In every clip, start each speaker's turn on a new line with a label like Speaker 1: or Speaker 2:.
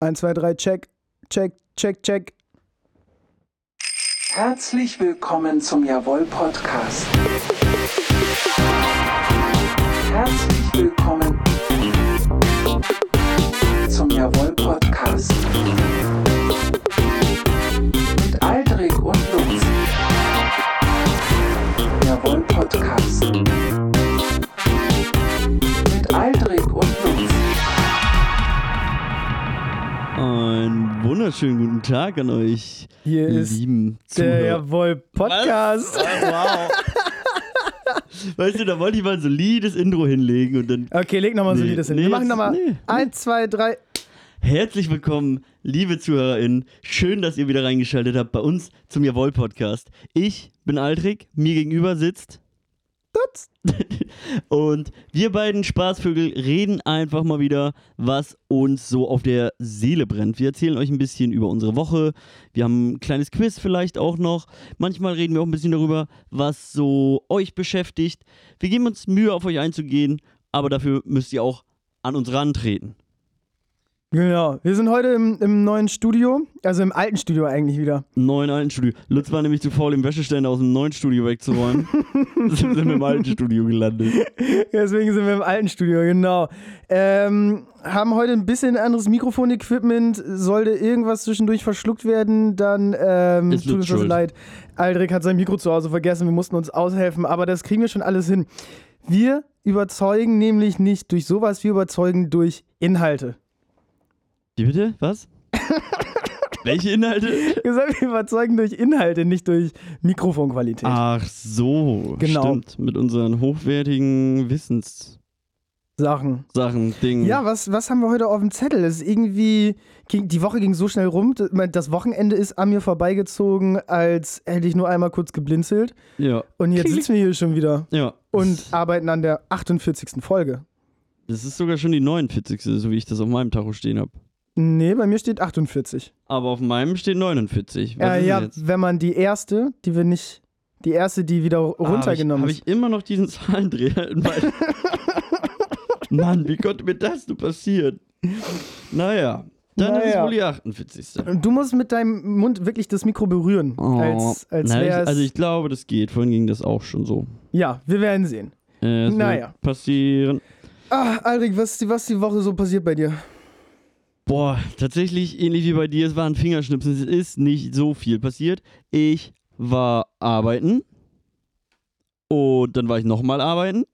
Speaker 1: 1, 2, 3, check, check, check, check.
Speaker 2: Herzlich willkommen zum Jawohl Podcast. Herzlich willkommen zum Jawohl Podcast. Mit Aldrich und Lutz. Jawohl Podcast. Mit Aldrich und Lutz.
Speaker 3: Einen wunderschönen guten Tag an euch,
Speaker 1: Hier
Speaker 3: ihr
Speaker 1: ist
Speaker 3: lieben
Speaker 1: der
Speaker 3: Zuhörer.
Speaker 1: Jawohl Podcast.
Speaker 3: Was? Ah, Wow. weißt du, da wollte ich mal ein solides Intro hinlegen und dann
Speaker 1: Okay, leg nochmal
Speaker 3: Nee,
Speaker 1: solides hin.
Speaker 3: nee,
Speaker 1: Wir machen
Speaker 3: jetzt-
Speaker 1: nochmal
Speaker 3: nee.
Speaker 1: 1, 2, 3.
Speaker 3: herzlich willkommen, liebe ZuhörerInnen. Schön, dass ihr wieder reingeschaltet habt bei uns zum Jawohl-Podcast. Ich bin Altrick, mir gegenüber sitzt
Speaker 1: Tutz.
Speaker 3: und wir beiden Spaßvögel reden einfach mal wieder, was uns so auf der Seele brennt. Wir erzählen euch ein bisschen über unsere Woche. Wir haben ein kleines Quiz vielleicht auch noch. Manchmal reden wir auch ein bisschen darüber, was so euch beschäftigt. Wir geben uns Mühe, auf euch einzugehen, aber dafür müsst ihr auch an uns rantreten.
Speaker 1: Genau, wir sind heute im, im neuen Studio, also im alten Studio eigentlich wieder.
Speaker 3: Neuen alten Studio. Lutz war nämlich zu faul, den Wäscheständer aus dem neuen Studio wegzuräumen. sind wir im alten Studio gelandet.
Speaker 1: Deswegen sind wir im alten Studio, genau. Ähm, haben heute ein bisschen anderes Mikrofonequipment. Sollte irgendwas zwischendurch verschluckt werden, dann ähm,
Speaker 3: Ist
Speaker 1: tut
Speaker 3: Lutz
Speaker 1: uns das
Speaker 3: schuld.
Speaker 1: leid. Aldrich hat sein Mikro zu Hause vergessen, wir mussten uns aushelfen, aber das kriegen wir schon alles hin. Wir überzeugen nämlich nicht durch sowas, wir überzeugen durch Inhalte.
Speaker 3: Wie bitte? Was? Welche Inhalte?
Speaker 1: Wir sagen, wir überzeugen durch Inhalte, nicht durch Mikrofonqualität.
Speaker 3: Ach so,
Speaker 1: Genau.
Speaker 3: stimmt. Mit unseren hochwertigen Wissenssachen,
Speaker 1: Sachen.
Speaker 3: Dingen.
Speaker 1: Ja, was, was haben wir heute auf dem Zettel? Es ist irgendwie, ging, die Woche ging so schnell rum. d- mein- Das Wochenende ist an mir vorbeigezogen, als hätte ich nur einmal kurz geblinzelt.
Speaker 3: ja.
Speaker 1: Und jetzt sitzen wir hier schon wieder
Speaker 3: ja.
Speaker 1: und äh, arbeiten an der 48. Folge.
Speaker 3: Das ist sogar schon die 49. So wie ich das auf meinem Tacho stehen habe.
Speaker 1: Nee, bei mir steht 48.
Speaker 3: Aber auf meinem steht 49. Was
Speaker 1: Äh,
Speaker 3: ist
Speaker 1: ja,
Speaker 3: denn jetzt?
Speaker 1: wenn man die erste, die wir nicht, die erste, die wieder runtergenommen
Speaker 3: Habe
Speaker 1: ist.
Speaker 3: ich, Ah, hab ich immer noch diesen Zahlendreher in meinem. Mann, wie konnte mir das nur passieren? Naja, dann ist es
Speaker 1: Naja.
Speaker 3: wohl die 48.
Speaker 1: Und Du musst mit deinem Mund wirklich das Mikro berühren. als als
Speaker 3: Oh. Na, ich,
Speaker 1: wäre es.
Speaker 3: also ich glaube, das geht. Vorhin ging das auch schon so.
Speaker 1: ja, wir werden sehen.
Speaker 3: Äh, es wird
Speaker 1: Naja.
Speaker 3: Passieren.
Speaker 1: Ah, Alrik, was, ist die- was ist die Woche so passiert bei dir?
Speaker 3: Boah, tatsächlich ähnlich wie bei dir, es waren Fingerschnipsen, es ist nicht so viel passiert. Ich war arbeiten und dann war ich nochmal arbeiten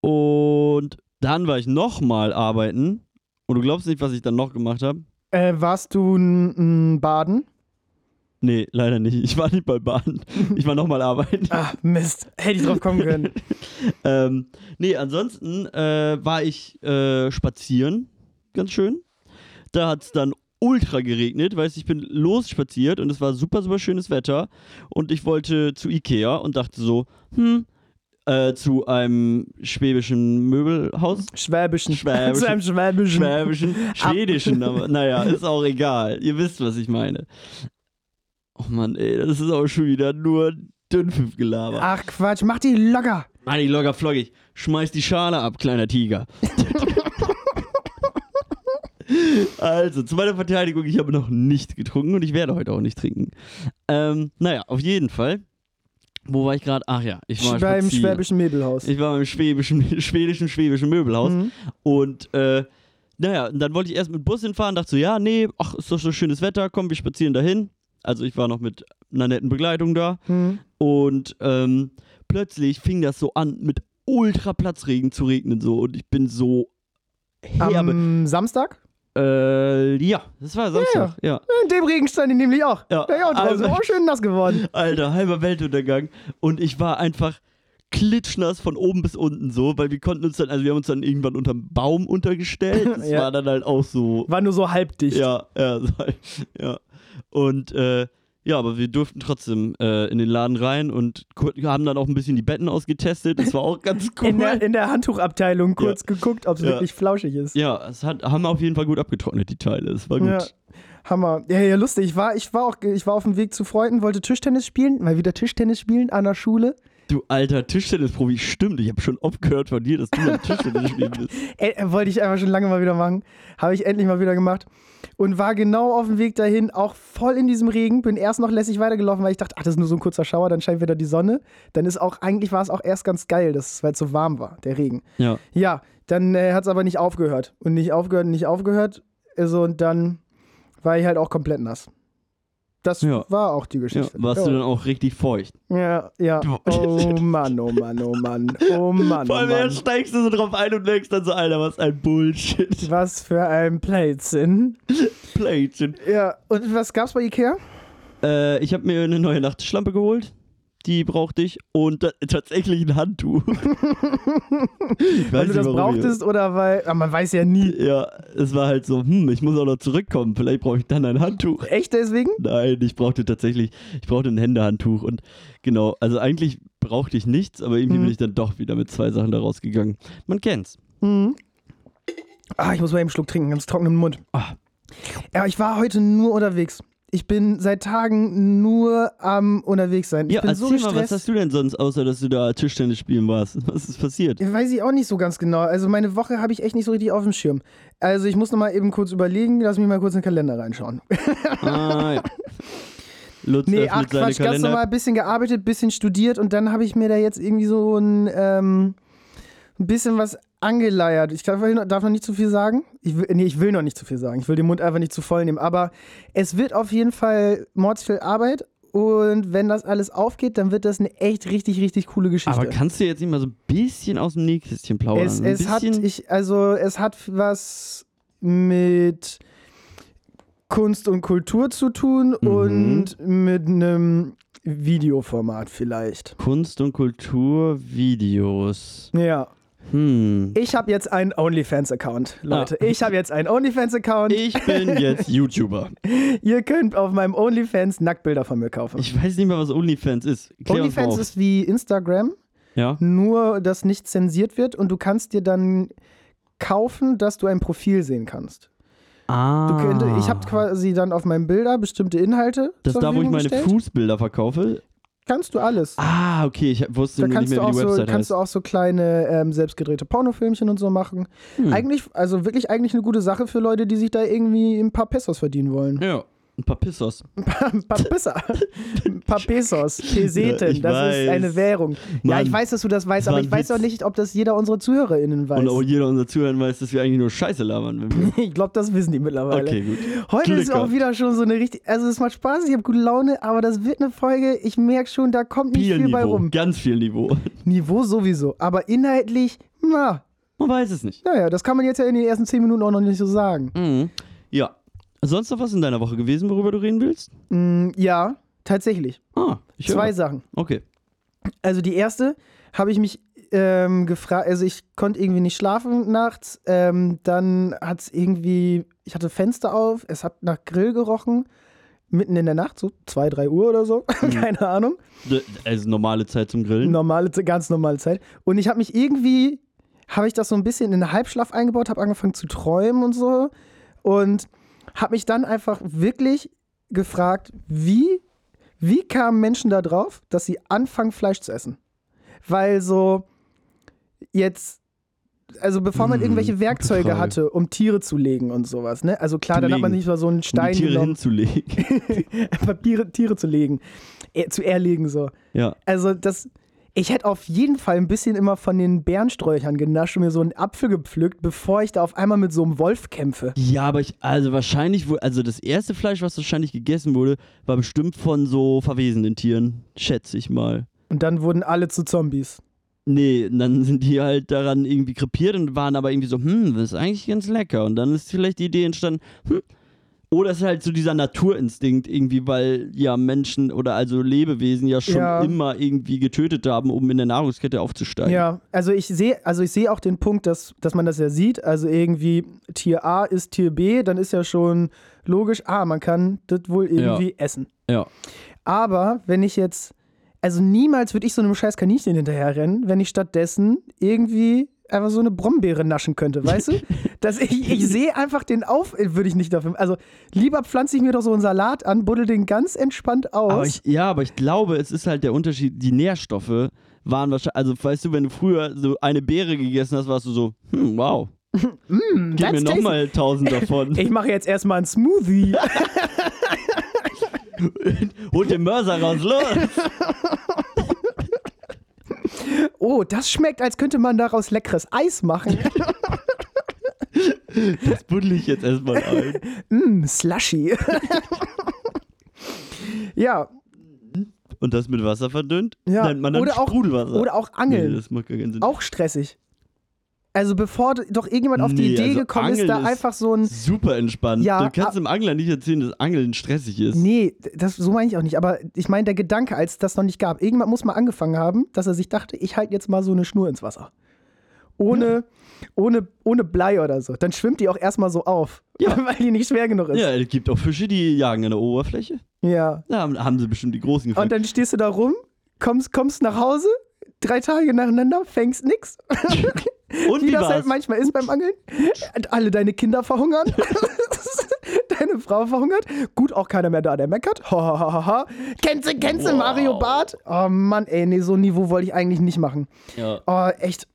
Speaker 3: und dann war ich nochmal arbeiten und du glaubst nicht, was ich dann noch gemacht habe?
Speaker 1: Äh, warst du n- n- baden?
Speaker 3: Nee, leider nicht. Ich war nicht bei Bahn. Ich war nochmal arbeiten.
Speaker 1: Ah, Mist. Hätte ich drauf kommen können.
Speaker 3: Ähm, nee, ansonsten äh, war ich äh, spazieren. Ganz schön. Da hat es dann ultra geregnet. Weißt du, ich bin losspaziert und es war super, super schönes Wetter. Und ich wollte zu Ikea und dachte so, hm, äh, zu einem schwäbischen Möbelhaus.
Speaker 1: Schwäbischen.
Speaker 3: Schwäbischen.
Speaker 1: Zu einem Schwäbischen.
Speaker 3: Schwäbischen, schwedischen, aber naja, ist auch egal. Ihr wisst, was ich meine. Oh Mann, ey, das ist auch schon wieder nur Dünnpfiff-Gelaber.
Speaker 1: Ach Quatsch, mach die locker.
Speaker 3: Mann, ich locker flockig. Schmeiß die Schale ab, kleiner Tiger. also, zu meiner Verteidigung, ich habe noch nicht getrunken und ich werde heute auch nicht trinken. Ähm, naja, auf jeden Fall. Wo war ich gerade? Ach ja, ich war
Speaker 1: Beim
Speaker 3: spazieren.
Speaker 1: Schwäbischen Mädelhaus.
Speaker 3: Ich war beim schwäbischen, schwedischen, schwäbischen Möbelhaus.
Speaker 1: Mhm.
Speaker 3: Und äh, naja, und dann wollte ich erst mit Bus hinfahren, dachte so, ja, nee, ach, ist doch so schönes Wetter, komm, wir spazieren dahin. Also ich war noch mit einer netten Begleitung da.
Speaker 1: Hm.
Speaker 3: Und ähm, plötzlich fing das so an, mit ultra Platzregen zu regnen so. Und ich bin so herbe.
Speaker 1: Am Samstag?
Speaker 3: äh, ja, das war Samstag, ja.
Speaker 1: In dem Regen stand ich nämlich auch.
Speaker 3: Ja.
Speaker 1: ja, draußen.
Speaker 3: Also-
Speaker 1: Oh, schön nass geworden.
Speaker 3: Alter, halber Weltuntergang. Und ich war einfach klitschnass von oben bis unten so, weil wir konnten uns dann, also wir haben uns dann irgendwann unterm Baum untergestellt. Das
Speaker 1: Ja.
Speaker 3: war dann halt auch so,
Speaker 1: War nur so halbdicht.
Speaker 3: Ja, ja, so, ja. Und äh, ja, aber wir durften trotzdem äh, in den Laden rein und kur- haben dann auch ein bisschen die Betten ausgetestet. Das war auch ganz cool.
Speaker 1: In, der, in der Handtuchabteilung kurz geguckt, ob es
Speaker 3: Ja.
Speaker 1: wirklich flauschig ist.
Speaker 3: ja, es hat, haben auf jeden Fall gut abgetrocknet, die Teile. Es war gut.
Speaker 1: Ja. Hammer. Ja, ja, lustig. Ich war, ich war auch, ich war auf dem Weg zu Freunden, wollte Tischtennis spielen, mal wieder Tischtennis spielen an der Schule.
Speaker 3: Du alter Tischtennisprofi, stimmt. Ich habe schon oft gehört von dir, dass du am Tischtennis spielen bist.
Speaker 1: Ey, äh, wollte ich einfach schon lange mal wieder machen. Habe ich endlich mal wieder gemacht. Und war genau auf dem Weg dahin, auch voll in diesem Regen. Bin erst noch lässig weitergelaufen, weil ich dachte, ach, das ist nur so ein kurzer Schauer, dann scheint wieder die Sonne. Dann ist auch, eigentlich war es auch erst ganz geil, dass es, weil es so warm war, der Regen.
Speaker 3: Ja.
Speaker 1: Ja, dann äh, hat es aber nicht aufgehört. Und nicht aufgehört und nicht aufgehört. Also, und dann war ich halt auch komplett nass. Das
Speaker 3: Ja.
Speaker 1: war auch die
Speaker 3: ja.
Speaker 1: Geschichte.
Speaker 3: Warst du dann auch richtig feucht?
Speaker 1: ja, ja. Oh Mann, oh Mann, oh Mann. Oh Mann.
Speaker 3: Vor
Speaker 1: oh
Speaker 3: allem
Speaker 1: Mann.
Speaker 3: erst steigst du so drauf ein und denkst dann so, Alter, was ein Bullshit.
Speaker 1: Was für ein Blödsinn.
Speaker 3: Plätchen.
Speaker 1: Ja, und was gab's bei Ikea?
Speaker 3: Äh, ich habe mir eine neue Nachttischlampe geholt. Die brauchte ich. Und ta- tatsächlich ein Handtuch. ich weiß
Speaker 1: Weil du
Speaker 3: nicht,
Speaker 1: das
Speaker 3: warum ich-
Speaker 1: brauchtest oder weil. Ah, man weiß ja nie.
Speaker 3: Ja, es war halt so, hm, ich muss auch noch zurückkommen. Vielleicht brauche ich dann ein Handtuch.
Speaker 1: Echt deswegen?
Speaker 3: Nein, ich brauchte tatsächlich, ich brauchte ein Händehandtuch und genau, also eigentlich brauchte ich nichts, aber irgendwie
Speaker 1: Mhm.
Speaker 3: bin ich dann doch wieder mit zwei Sachen da rausgegangen. Man kennt's.
Speaker 1: Mhm. Ah, ich muss mal eben einen Schluck trinken, ganz trocken im Mund.
Speaker 3: Ah.
Speaker 1: Ja, ich war heute nur unterwegs. Ich bin seit Tagen nur am unterwegs sein. Ich
Speaker 3: ja,
Speaker 1: bin
Speaker 3: erzähl
Speaker 1: so
Speaker 3: mal, was
Speaker 1: gestresst.
Speaker 3: hast du denn sonst, außer dass du da Tischtennis spielen warst? Was ist passiert?
Speaker 1: Weiß ich auch nicht so ganz genau. Also meine Woche habe ich echt nicht so richtig auf dem Schirm. Also ich muss noch mal eben kurz überlegen. Lass mich mal kurz in den Kalender reinschauen.
Speaker 3: ah, ja. Lutz
Speaker 1: Nee,
Speaker 3: öffnet
Speaker 1: ach
Speaker 3: seine
Speaker 1: Quatsch, ganz
Speaker 3: Kalender.
Speaker 1: normal, bisschen gearbeitet, bisschen studiert und dann habe ich mir da jetzt irgendwie so ein, ähm, ein bisschen was angeleiert. Ich darf, darf noch nicht zu viel sagen. Ich will, nee, ich will noch nicht zu viel sagen. Ich will den Mund einfach nicht zu voll nehmen. Aber es wird auf jeden Fall mordsviel Arbeit und wenn das alles aufgeht, dann wird das eine echt richtig, richtig coole Geschichte.
Speaker 3: aber kannst du jetzt nicht mal so ein bisschen aus dem Nähkästchen plaudern?
Speaker 1: Es,
Speaker 3: ein
Speaker 1: es
Speaker 3: bisschen,
Speaker 1: hat, ich, also es hat was mit Kunst und Kultur zu tun
Speaker 3: Mhm.
Speaker 1: und mit einem Videoformat vielleicht.
Speaker 3: Kunst- und Kulturvideos.
Speaker 1: Ja,
Speaker 3: Hm.
Speaker 1: ich habe jetzt einen OnlyFans-Account, Leute.
Speaker 3: Ah.
Speaker 1: Ich habe jetzt einen OnlyFans-Account.
Speaker 3: Ich bin jetzt YouTuber.
Speaker 1: Ihr könnt auf meinem OnlyFans Nacktbilder von mir kaufen.
Speaker 3: Ich weiß nicht mehr, was OnlyFans ist. Klär uns mal
Speaker 1: OnlyFans
Speaker 3: auf.
Speaker 1: ist wie Instagram,
Speaker 3: Ja.
Speaker 1: nur dass nicht zensiert wird und du kannst dir dann kaufen, dass du ein Profil sehen kannst.
Speaker 3: Ah.
Speaker 1: Du könnt, ich habe quasi dann auf meinen Bilder bestimmte Inhalte.
Speaker 3: Das
Speaker 1: zur
Speaker 3: da, wo ich
Speaker 1: Verfügung
Speaker 3: meine
Speaker 1: gestellt.
Speaker 3: Fußbilder verkaufe.
Speaker 1: Kannst du alles.
Speaker 3: Ah, okay, ich wusste
Speaker 1: da
Speaker 3: nur nicht
Speaker 1: kannst,
Speaker 3: mehr,
Speaker 1: du auch,
Speaker 3: wie die
Speaker 1: so,
Speaker 3: Website
Speaker 1: kannst du
Speaker 3: heißt.
Speaker 1: auch so kleine ähm, selbstgedrehte Pornofilmchen und so machen.
Speaker 3: Hm.
Speaker 1: Eigentlich, also wirklich eigentlich eine gute Sache für Leute, die sich da irgendwie ein paar Pesos verdienen wollen.
Speaker 3: ja, ein paar Pissos.
Speaker 1: ein paar Pisser. ein paar Pesos.
Speaker 3: Ja,
Speaker 1: Peseten,
Speaker 3: ich
Speaker 1: das
Speaker 3: weiß.
Speaker 1: ist eine Währung. ja,
Speaker 3: Mann,
Speaker 1: ich weiß, dass du das
Speaker 3: das
Speaker 1: weißt,
Speaker 3: war
Speaker 1: aber
Speaker 3: ein
Speaker 1: ich weiß
Speaker 3: Witz.
Speaker 1: auch nicht, ob das jeder unserer ZuhörerInnen
Speaker 3: Und oh auch
Speaker 1: weiß.
Speaker 3: jeder unserer Zuhörer weiß, dass wir eigentlich nur Scheiße labern. Wenn wir
Speaker 1: Ich glaube, das wissen die mittlerweile.
Speaker 3: okay, gut.
Speaker 1: Heute
Speaker 3: Glück
Speaker 1: ist auch
Speaker 3: gehabt.
Speaker 1: wieder schon so eine richtig. Also es macht Spaß, ich habe gute Laune, aber das wird eine Folge. Ich merke schon, da kommt nicht
Speaker 3: Viel
Speaker 1: viel bei
Speaker 3: Niveau,
Speaker 1: rum.
Speaker 3: ganz viel Niveau.
Speaker 1: Niveau sowieso. Aber inhaltlich, na,
Speaker 3: Man weiß es nicht.
Speaker 1: naja, das kann man jetzt ja in den ersten zehn Minuten auch noch nicht so sagen.
Speaker 3: Mhm. Ja. Sonst noch was in deiner Woche gewesen, worüber du reden willst?
Speaker 1: Mm, ja, tatsächlich.
Speaker 3: Ah, ich
Speaker 1: Zwei
Speaker 3: höre.
Speaker 1: Sachen.
Speaker 3: Okay.
Speaker 1: Also die erste habe ich mich ähm, gefragt, also ich konnte irgendwie nicht schlafen nachts. Ähm, dann hat es irgendwie, ich hatte Fenster auf, es hat nach Grill gerochen. Mitten in der Nacht, so zwei, drei Uhr oder so. Keine Ahnung.
Speaker 3: D- Also normale Zeit zum Grillen. Um
Speaker 1: Normale, ganz normale Zeit. Und ich habe mich irgendwie, habe ich das so ein bisschen in den Halbschlaf eingebaut, habe angefangen zu träumen und so. Und habe mich dann einfach wirklich gefragt, wie, wie kamen Menschen da drauf, dass sie anfangen, Fleisch zu essen? Weil so jetzt, also bevor man
Speaker 3: Hm,
Speaker 1: irgendwelche
Speaker 3: gute
Speaker 1: Werkzeuge
Speaker 3: Frage.
Speaker 1: hatte, um Tiere zu legen und sowas, ne? Also klar,
Speaker 3: Zu
Speaker 1: dann hat man
Speaker 3: legen.
Speaker 1: nicht mal so einen
Speaker 3: um die
Speaker 1: Stein
Speaker 3: Tiere
Speaker 1: genommen,
Speaker 3: hinzulegen.
Speaker 1: Papiere, Tiere zu legen, eh, zu erlegen so.
Speaker 3: ja.
Speaker 1: Also das. Ich hätte auf jeden Fall ein bisschen immer von den Bärensträuchern genascht und mir so einen Apfel gepflückt, bevor ich da auf einmal mit so einem Wolf kämpfe.
Speaker 3: Ja, aber ich, also wahrscheinlich, wo- also das erste Fleisch, was wahrscheinlich gegessen wurde, war bestimmt von so verwesenden Tieren, schätze ich mal.
Speaker 1: Und dann wurden alle zu Zombies.
Speaker 3: Nee, und dann sind die halt daran irgendwie krepiert und waren aber irgendwie so, hm, das ist eigentlich ganz lecker. Und dann ist vielleicht die Idee entstanden, hm. Oder es ist halt so dieser Naturinstinkt irgendwie, weil ja Menschen oder also Lebewesen ja schon
Speaker 1: Ja.
Speaker 3: immer irgendwie getötet haben, um in der Nahrungskette aufzusteigen.
Speaker 1: Ja, also ich sehe, also ich sehe auch den Punkt, dass, dass man das ja sieht. Also irgendwie Tier A ist Tier B, dann ist ja schon logisch, ah, man kann das wohl irgendwie essen.
Speaker 3: Ja.
Speaker 1: Aber wenn ich jetzt, also niemals würde ich so einem scheiß Kaninchen hinterherrennen, wenn ich stattdessen irgendwie einfach so eine Brombeere naschen könnte, weißt du? Dass ich, ich sehe einfach den auf, würde ich nicht dafür. Also lieber pflanze ich mir doch so einen Salat an, buddel den ganz entspannt aus.
Speaker 3: Aber ich, ja, aber ich glaube, es ist halt der Unterschied, die Nährstoffe waren wahrscheinlich, also weißt du, wenn du früher so eine Beere gegessen hast, warst du so, hm, wow,
Speaker 1: Mm,
Speaker 3: gib
Speaker 1: that's
Speaker 3: mir
Speaker 1: tasty.
Speaker 3: nochmal tausend davon.
Speaker 1: Ich mache jetzt erstmal einen Smoothie.
Speaker 3: Holt den Mörser raus, los!
Speaker 1: Oh, das schmeckt, als könnte man daraus leckeres Eis machen.
Speaker 3: Das buddel ich jetzt erstmal ein.
Speaker 1: Mm, slushy. ja,
Speaker 3: Und das mit Wasser verdünnt?
Speaker 1: Ja,
Speaker 3: Nennt man dann
Speaker 1: oder auch-
Speaker 3: Sprudelwasser.
Speaker 1: oder auch Angeln.
Speaker 3: Also, Nee, das macht gar keinen Sinn.
Speaker 1: Auch stressig. Also bevor d- doch irgendjemand auf die
Speaker 3: Nee,
Speaker 1: Idee
Speaker 3: also
Speaker 1: gekommen ist,
Speaker 3: Angeln
Speaker 1: da
Speaker 3: ist-
Speaker 1: einfach so ein.
Speaker 3: Super entspannt.
Speaker 1: Ja, ah.
Speaker 3: du kannst dem Angler nicht erzählen, dass Angeln stressig ist.
Speaker 1: Nee, das, so meine ich auch nicht. Aber ich meine, der Gedanke, als es das noch nicht gab, irgendjemand muss mal angefangen haben, dass er sich dachte, ich halte jetzt mal so eine Schnur ins Wasser. Ohne, ohne, ohne Blei oder so. Dann schwimmt die auch erstmal so auf,
Speaker 3: Ja.
Speaker 1: weil die nicht schwer genug ist.
Speaker 3: Ja, es gibt auch Fische, die jagen an der Oberfläche.
Speaker 1: ja.
Speaker 3: Da haben, haben sie bestimmt die großen gefangen.
Speaker 1: Und dann stehst du da rum, kommst, kommst nach Hause, drei Tage nacheinander, fängst nix.
Speaker 3: Und
Speaker 1: Wie
Speaker 3: wie
Speaker 1: das
Speaker 3: war's?
Speaker 1: halt manchmal ist beim Angeln. Und alle deine Kinder verhungern. Deine Frau verhungert. Gut, auch keiner mehr da, der meckert. Ha, ha, ha, ha, ha. Kennst du, kennst du
Speaker 3: Wow.
Speaker 1: Mario Bart? Oh Mann, ey, nee, so ein Niveau wollte ich eigentlich nicht machen.
Speaker 3: ja.
Speaker 1: Oh, echt.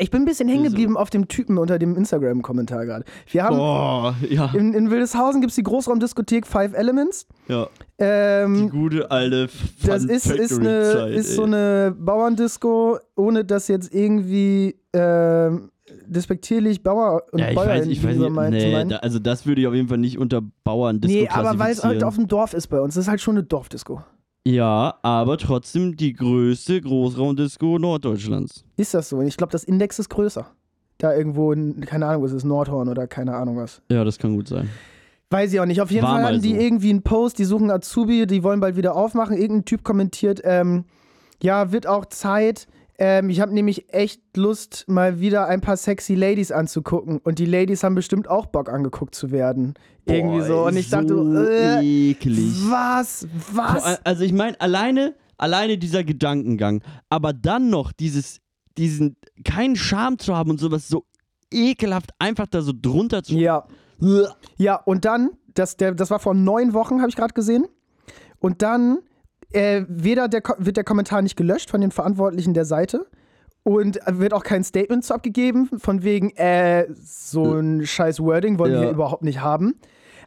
Speaker 1: Ich bin ein bisschen hängen
Speaker 3: Wieso?
Speaker 1: geblieben auf dem Typen unter dem Instagram-Kommentar gerade. Wir haben
Speaker 3: Boah, ja,
Speaker 1: in, in Wildeshausen gibt es die Großraumdiskothek Five Elements.
Speaker 3: ja. Die
Speaker 1: Ähm,
Speaker 3: gute alte Fun
Speaker 1: das ist, ist, eine,
Speaker 3: Factory-Zeit,
Speaker 1: ist
Speaker 3: ey.
Speaker 1: so eine Bauerndisco, ohne dass jetzt irgendwie ähm, despektierlich Bauer und
Speaker 3: ja, ich
Speaker 1: Bauern
Speaker 3: weiß, ich weiß
Speaker 1: gegenüber
Speaker 3: nicht,
Speaker 1: mein- zu
Speaker 3: nee,
Speaker 1: meinen.
Speaker 3: da, also das würde ich auf jeden Fall nicht unter Bauern
Speaker 1: Nee, aber weil es halt
Speaker 3: klassifizieren.
Speaker 1: auf dem Dorf ist bei uns. Das ist halt schon eine Dorfdisco.
Speaker 3: Ja, aber trotzdem die größte Großraumdisco Norddeutschlands.
Speaker 1: Ist das so? Und ich glaube, das Index ist größer. Da irgendwo, in, keine Ahnung, was ist Nordhorn oder keine Ahnung was.
Speaker 3: Ja, das kann gut sein.
Speaker 1: Weiß ich auch nicht. Auf jeden
Speaker 3: War
Speaker 1: Fall
Speaker 3: mal
Speaker 1: hatten die
Speaker 3: so.
Speaker 1: irgendwie einen Post, die suchen Azubi, die wollen bald wieder aufmachen. Irgendein Typ kommentiert, ähm, ja, wird auch Zeit. Ähm, ich habe nämlich echt Lust, mal wieder ein paar sexy Ladies anzugucken. Und die Ladies haben bestimmt auch Bock, angeguckt zu werden. irgendwie
Speaker 3: Boah,
Speaker 1: so. Und
Speaker 3: ey,
Speaker 1: ich dachte,
Speaker 3: so
Speaker 1: äh,
Speaker 3: eklig.
Speaker 1: was?
Speaker 3: Vor all-
Speaker 1: Was?
Speaker 3: Also ich meine, alleine, alleine dieser Gedankengang, aber dann noch dieses, diesen, keinen Charme zu haben und sowas so ekelhaft einfach da so drunter zu.
Speaker 1: Ja.
Speaker 3: Uah.
Speaker 1: Ja, und dann, das, der, das war vor neun Wochen, habe ich gerade gesehen. Und dann äh, weder der, Ko- wird der Kommentar nicht gelöscht von den Verantwortlichen der Seite und wird auch kein Statement zu abgegeben, von wegen, äh, so ein scheiß Wording wollen wir
Speaker 3: Ja.
Speaker 1: überhaupt nicht haben.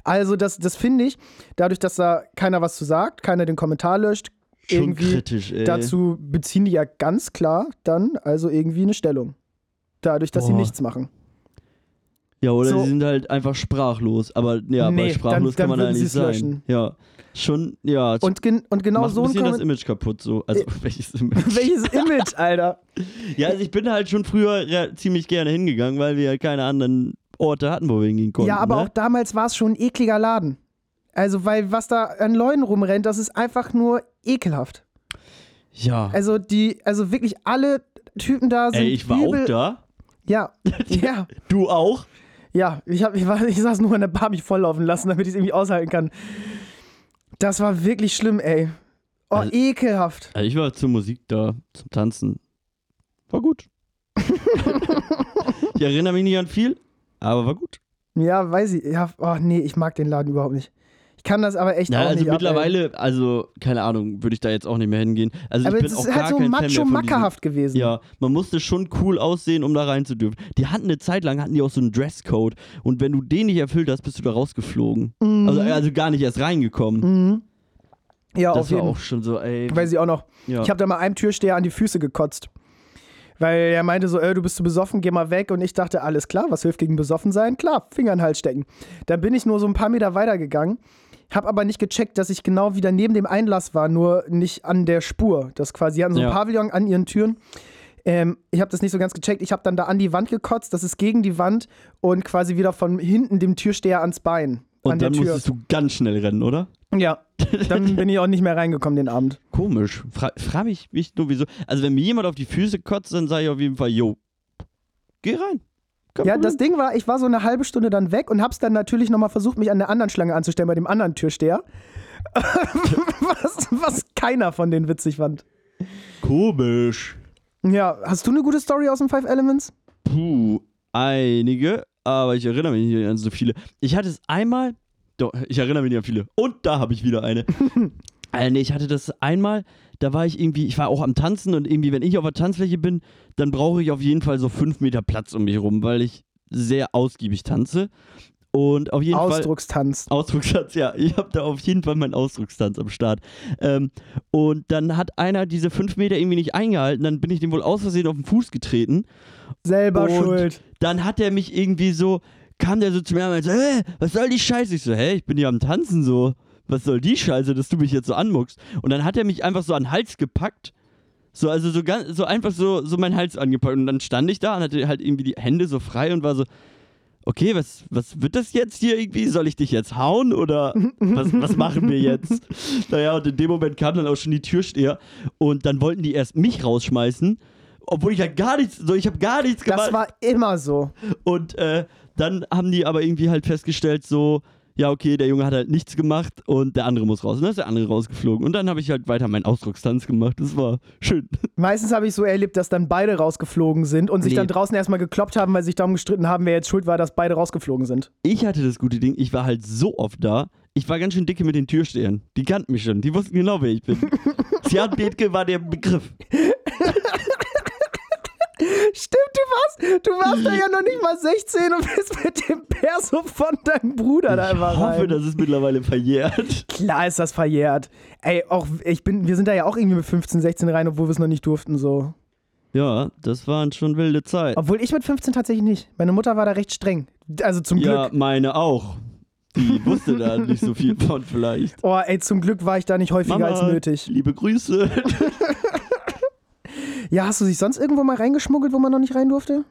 Speaker 1: Also, das, das finde ich, dadurch, dass da keiner was zu sagt, keiner den Kommentar löscht,
Speaker 3: Schon
Speaker 1: irgendwie
Speaker 3: kritisch, ey.
Speaker 1: dazu beziehen die ja ganz klar dann also irgendwie eine Stellung. Dadurch, dass sie
Speaker 3: Boah.
Speaker 1: nichts machen.
Speaker 3: Ja, oder
Speaker 1: so-
Speaker 3: sie sind halt einfach sprachlos. Aber ja,
Speaker 1: Nee,
Speaker 3: bei
Speaker 1: dann- dann
Speaker 3: sprachlos kann man da
Speaker 1: würden
Speaker 3: nicht
Speaker 1: sie's
Speaker 3: sein.
Speaker 1: löschen.
Speaker 3: Ja. Schon, ja,
Speaker 1: Und, gen und genau
Speaker 3: Also macht
Speaker 1: so
Speaker 3: ein
Speaker 1: ein
Speaker 3: bisschen
Speaker 1: Kommentar.
Speaker 3: das Image kaputt so. Also welches Image?
Speaker 1: Welches Image, Alter?
Speaker 3: Ja, also ich bin halt schon früher re- ziemlich gerne hingegangen, weil wir halt keine anderen Orte hatten, wo wir hingehen konnten.
Speaker 1: Ja, aber
Speaker 3: ne?
Speaker 1: auch damals war es schon ein ekliger Laden. Also, weil was da an Leuten rumrennt, das ist einfach nur ekelhaft.
Speaker 3: Ja.
Speaker 1: Also, die, also wirklich alle Typen da sind.
Speaker 3: Ey, ich war
Speaker 1: übel.
Speaker 3: auch da.
Speaker 1: Ja, ja,
Speaker 3: Du auch?
Speaker 1: ja. Ich, hab, ich, war, ich saß nur an der Bar mich volllaufen lassen, damit ich es irgendwie aushalten kann. Das war wirklich schlimm, ey. Oh,
Speaker 3: Also-
Speaker 1: ekelhaft.
Speaker 3: Also ich war zur Musik da, zum Tanzen. War gut. ich erinnere mich nicht an viel, aber war gut.
Speaker 1: Ja, weiß ich. Ja, oh, nee, ich mag den Laden überhaupt nicht. Ich kann das aber echt
Speaker 3: Ja,
Speaker 1: auch
Speaker 3: also
Speaker 1: nicht ab, ey.
Speaker 3: mittlerweile, also keine Ahnung, würde ich da jetzt auch nicht mehr hingehen. Also
Speaker 1: aber
Speaker 3: ich
Speaker 1: es
Speaker 3: bin auch
Speaker 1: ist
Speaker 3: gar
Speaker 1: halt so
Speaker 3: kein Fan mehr von diesem-
Speaker 1: mackerhaft gewesen.
Speaker 3: Ja, man musste schon cool aussehen, um da rein zu dürfen. Die hatten eine Zeit lang hatten die auch so einen Dresscode und wenn du den nicht erfüllt hast, bist du da rausgeflogen. Also, also gar nicht erst reingekommen.
Speaker 1: Mhm. Ja, auf
Speaker 3: Das war
Speaker 1: jeden
Speaker 3: auch schon so, ey.
Speaker 1: Weiß ich auch noch.
Speaker 3: Ja.
Speaker 1: Ich habe da mal einem Türsteher an die Füße gekotzt. Weil er meinte so, äh, du bist zu besoffen, geh mal weg. Und ich dachte, alles klar, was hilft gegen besoffen sein? Klar, Finger in den Hals stecken. Dann bin ich nur so ein paar Meter weitergegangen, habe aber nicht gecheckt, dass ich genau wieder neben dem Einlass war, nur nicht an der Spur. Das quasi, die hatten so ein
Speaker 3: Ja.
Speaker 1: Pavillon an ihren Türen. Ähm, ich habe das nicht so ganz gecheckt. Ich habe dann da an die Wand gekotzt, das ist gegen die Wand und quasi wieder von hinten dem Türsteher ans Bein. an
Speaker 3: und dann
Speaker 1: der Tür.
Speaker 3: musstest du ganz schnell rennen, oder?
Speaker 1: Ja, dann bin ich auch nicht mehr reingekommen den Abend.
Speaker 3: Komisch. Fra frag mich, mich nur wieso. Also wenn mir jemand auf die Füße kotzt, dann sage ich auf jeden Fall, yo, geh rein. Kein
Speaker 1: Ja,
Speaker 3: Problem.
Speaker 1: das Ding war, ich war so eine halbe Stunde dann weg und hab's dann natürlich nochmal versucht, mich an der anderen Schlange anzustellen, bei dem anderen Türsteher. was, was keiner von denen witzig fand.
Speaker 3: komisch.
Speaker 1: Ja, hast du eine gute Story aus dem Five Elements?
Speaker 3: Puh, einige, aber ich erinnere mich nicht an so viele. Ich hatte es einmal, doch, ich erinnere mich nicht an viele. Und da habe ich wieder eine. äh, nee, ich hatte das einmal, da war ich irgendwie, ich war auch am Tanzen und irgendwie, wenn ich auf der Tanzfläche bin, dann brauche ich auf jeden Fall so fünf Meter Platz um mich rum, weil ich sehr ausgiebig tanze. Und auf jeden Fall.
Speaker 1: Ausdruckstanz.
Speaker 3: Ausdruckstanz, ja. Ich habe da auf jeden Fall meinen Ausdruckstanz am Start. Ähm, und dann hat einer diese fünf Meter irgendwie nicht eingehalten. Dann bin ich dem wohl aus Versehen auf den Fuß getreten.
Speaker 1: Selber
Speaker 3: Und-
Speaker 1: schuld.
Speaker 3: Dann hat er mich irgendwie so, kam der so zu mir und meinte, äh, was soll die Scheiße? Ich so, hä, ich bin hier am Tanzen so. Was soll die Scheiße, dass du mich jetzt so anmuckst? Und dann hat er mich einfach so an den Hals gepackt. So, also so ganz, so einfach so, so meinen Hals angepackt. Und dann stand ich da und hatte halt irgendwie die Hände so frei und war so, okay, was, was wird das jetzt hier irgendwie? Soll ich dich jetzt hauen oder was, was machen wir jetzt? Naja, und in dem Moment kam dann auch schon die Türsteher und dann wollten die erst mich rausschmeißen, obwohl ich halt gar nichts, so ich habe gar nichts gemacht.
Speaker 1: Das war immer so.
Speaker 3: Und äh, dann haben die aber irgendwie halt festgestellt, so, ja, okay, der Junge hat halt nichts gemacht und der andere muss raus. Und dann ist der andere rausgeflogen. Und dann habe ich halt weiter meinen Ausdruckstanz gemacht. Das war schön.
Speaker 1: Meistens habe ich so erlebt, dass dann beide rausgeflogen sind und sich
Speaker 3: Nee.
Speaker 1: dann draußen erstmal gekloppt haben, weil sie sich darum gestritten haben, wer jetzt schuld war, dass beide rausgeflogen sind.
Speaker 3: Ich hatte das gute Ding, ich war halt so oft da. Ich war ganz schön dicke mit den Türstehern. Die kannten mich schon. Die wussten genau, wer ich bin. Zian Bethke war der Begriff.
Speaker 1: Stimmt, du warst, du warst da ja noch nicht mal 16 und bist mit dem Perso von deinem Bruder da
Speaker 3: Ich
Speaker 1: einfach
Speaker 3: hoffe,
Speaker 1: rein.
Speaker 3: das ist mittlerweile verjährt.
Speaker 1: Klar ist das verjährt. Ey, auch ich bin, wir sind da ja auch irgendwie mit 15, 16 rein, obwohl wir es noch nicht durften so.
Speaker 3: Ja, das waren schon wilde Zeiten.
Speaker 1: Obwohl ich mit 15 tatsächlich nicht. Meine Mutter war da recht streng. Also zum
Speaker 3: Ja,
Speaker 1: Glück.
Speaker 3: meine auch. Die wusste da nicht so viel von vielleicht.
Speaker 1: Oh, ey, zum Glück war ich da nicht häufiger als nötig.
Speaker 3: Liebe Grüße.
Speaker 1: Ja, hast du dich sonst irgendwo mal reingeschmuggelt, wo man noch nicht rein durfte?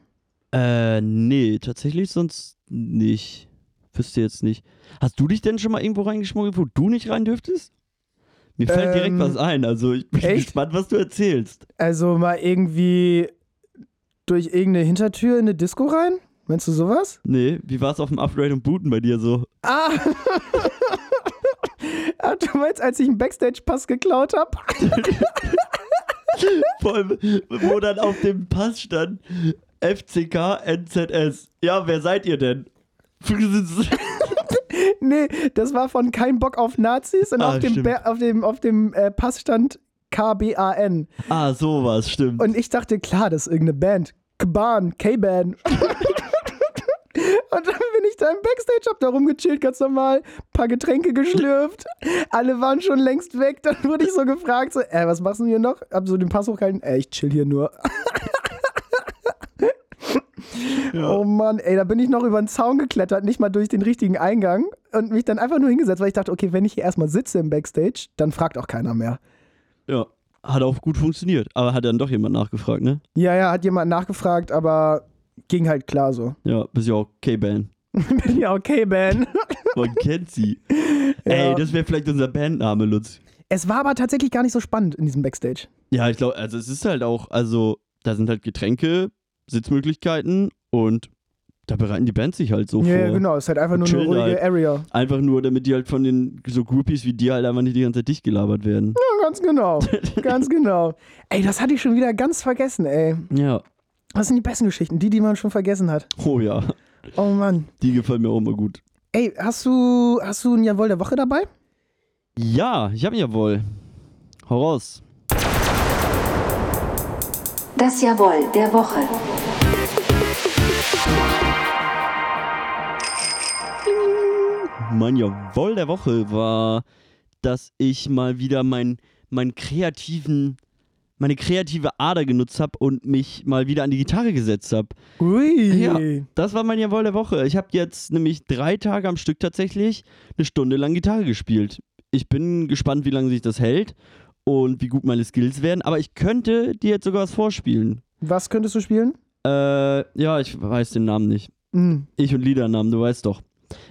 Speaker 3: äh, nee, tatsächlich sonst nicht. Wüsste jetzt nicht. Hast du dich denn schon mal irgendwo reingeschmuggelt, wo du nicht rein dürftest? Mir fällt direkt
Speaker 1: Ähm,
Speaker 3: was ein, also ich bin
Speaker 1: echt?
Speaker 3: gespannt, was du erzählst.
Speaker 1: Also mal irgendwie durch irgendeine Hintertür in eine Disco rein? Meinst du sowas?
Speaker 3: Nee, wie war es auf dem Upgrade und Booten bei dir so?
Speaker 1: Ah! Ah, du meinst, als ich einen Backstage-Pass geklaut habe?
Speaker 3: Vor allem, wo dann auf dem Pass stand FCK NZS. Ja, wer seid ihr denn?
Speaker 1: Nee, das war von Kein Bock auf Nazis und
Speaker 3: Ah,
Speaker 1: auf dem,
Speaker 3: stimmt.
Speaker 1: Ba- auf dem, auf dem äh, Pass stand KBAN.
Speaker 3: ah, sowas, stimmt.
Speaker 1: Und ich dachte, klar, das ist irgendeine Band. Kban, K-Ban. und dann bin ich da im Backstage, hab da rumgechillt, ganz normal, paar Getränke geschlürft. Alle waren schon längst weg. Dann wurde ich so gefragt, so, äh, was machst du denn hier noch? Hab so den Pass hochgehalten, äh, ich chill hier nur.
Speaker 3: Ja.
Speaker 1: Oh Mann, ey, da bin ich noch über den Zaun geklettert, nicht mal durch den richtigen Eingang und mich dann einfach nur hingesetzt, weil ich dachte, okay, wenn ich hier erstmal sitze im Backstage, dann fragt auch keiner mehr.
Speaker 3: ja. Hat auch gut funktioniert, aber hat dann doch jemand nachgefragt, ne?
Speaker 1: Ja, ja, hat jemand nachgefragt, aber ging halt klar so.
Speaker 3: Ja, bist ja auch K-Ban.
Speaker 1: bin ja okay, Ben.
Speaker 3: Man kennt sie.
Speaker 1: Ja.
Speaker 3: Ey, das wäre vielleicht unser Bandname, Lutz.
Speaker 1: Es war aber tatsächlich gar nicht so spannend in diesem Backstage.
Speaker 3: Ja, ich glaube, also es ist halt auch, also da sind halt Getränke, Sitzmöglichkeiten und da bereiten die Bands sich halt so
Speaker 1: ja, ja,
Speaker 3: vor.
Speaker 1: genau. Es ist halt einfach nur eine
Speaker 3: Chillen
Speaker 1: ruhige
Speaker 3: halt.
Speaker 1: Area.
Speaker 3: Einfach nur, damit die halt von den so Groupies wie dir halt einfach nicht die ganze Zeit dicht gelabert werden.
Speaker 1: Ja, ganz genau. ganz genau. Ey, das hatte ich schon wieder ganz vergessen, ey.
Speaker 3: Ja.
Speaker 1: Das sind die besten Geschichten, die, die man schon vergessen hat.
Speaker 3: Oh ja,
Speaker 1: Oh Mann.
Speaker 3: die gefallen mir auch immer gut.
Speaker 1: Ey, hast du, hast du ein Jawohl der Woche dabei?
Speaker 3: Ja, ich hab ihn ja wohl. Hau raus.
Speaker 4: Das Jawohl der Woche.
Speaker 3: Mein Jawoll der Woche war, dass ich mal wieder mein, meinen kreativen, meine kreative Ader genutzt habe und mich mal wieder an die Gitarre gesetzt habe.
Speaker 1: Ui.
Speaker 3: Ja, das war mein Jawohl der Woche. Ich habe jetzt nämlich drei Tage am Stück tatsächlich eine Stunde lang Gitarre gespielt. Ich bin gespannt, wie lange sich das hält und wie gut meine Skills werden. Aber ich könnte dir jetzt sogar was vorspielen.
Speaker 1: Was könntest du spielen?
Speaker 3: Äh, ja, ich weiß den Namen nicht.
Speaker 1: Hm.
Speaker 3: Ich und Liedernamen, du weißt doch.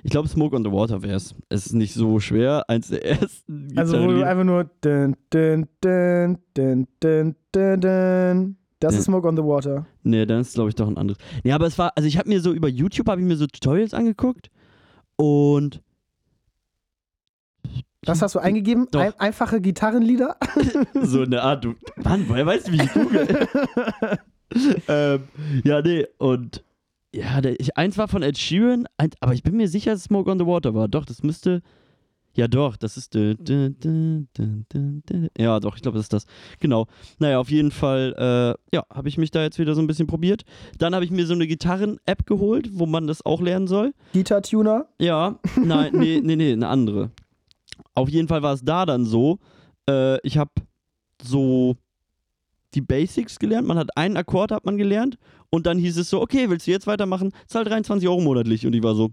Speaker 3: Ich glaube, Smoke on the Water wär's. Es ist nicht so schwer. Eins der ersten
Speaker 1: Also, wo du
Speaker 3: Gitarrenlieder.
Speaker 1: einfach nur. Dun, dun, dun, dun, dun, dun, dun. Das
Speaker 3: Ja.
Speaker 1: ist Smoke on the Water.
Speaker 3: Nee, dann ist glaube ich doch ein anderes. Nee, aber es war, also ich habe mir so über YouTube habe ich mir so Tutorials angeguckt und
Speaker 1: Was hast du eingegeben?
Speaker 3: Doch.
Speaker 1: Ein, einfache Gitarrenlieder?
Speaker 3: so eine Art, du, Mann, woher weißt du, wie ich google? ähm, ja, nee, und ja, der, ich, eins war von Ed Sheeran, ein, aber ich bin mir sicher, dass Smoke on the Water war. Doch, das müsste, Ja, doch, das ist. dü- dü- dü- dü- dü- dü- Ja, doch, ich glaube, das ist das. Genau. Naja, auf jeden Fall, äh, ja, habe ich mich da jetzt wieder so ein bisschen probiert. Dann habe ich mir so eine Gitarren-App geholt, wo man das auch lernen soll.
Speaker 1: Guitar-Tuner.
Speaker 3: Ja, nein, nee, nee, nee, eine andere. Auf jeden Fall war es da dann so, äh, ich habe so die Basics gelernt, man hat einen Akkord hat man gelernt und dann hieß es so, okay, willst du jetzt weitermachen? Zahl 23 Euro monatlich und ich war so,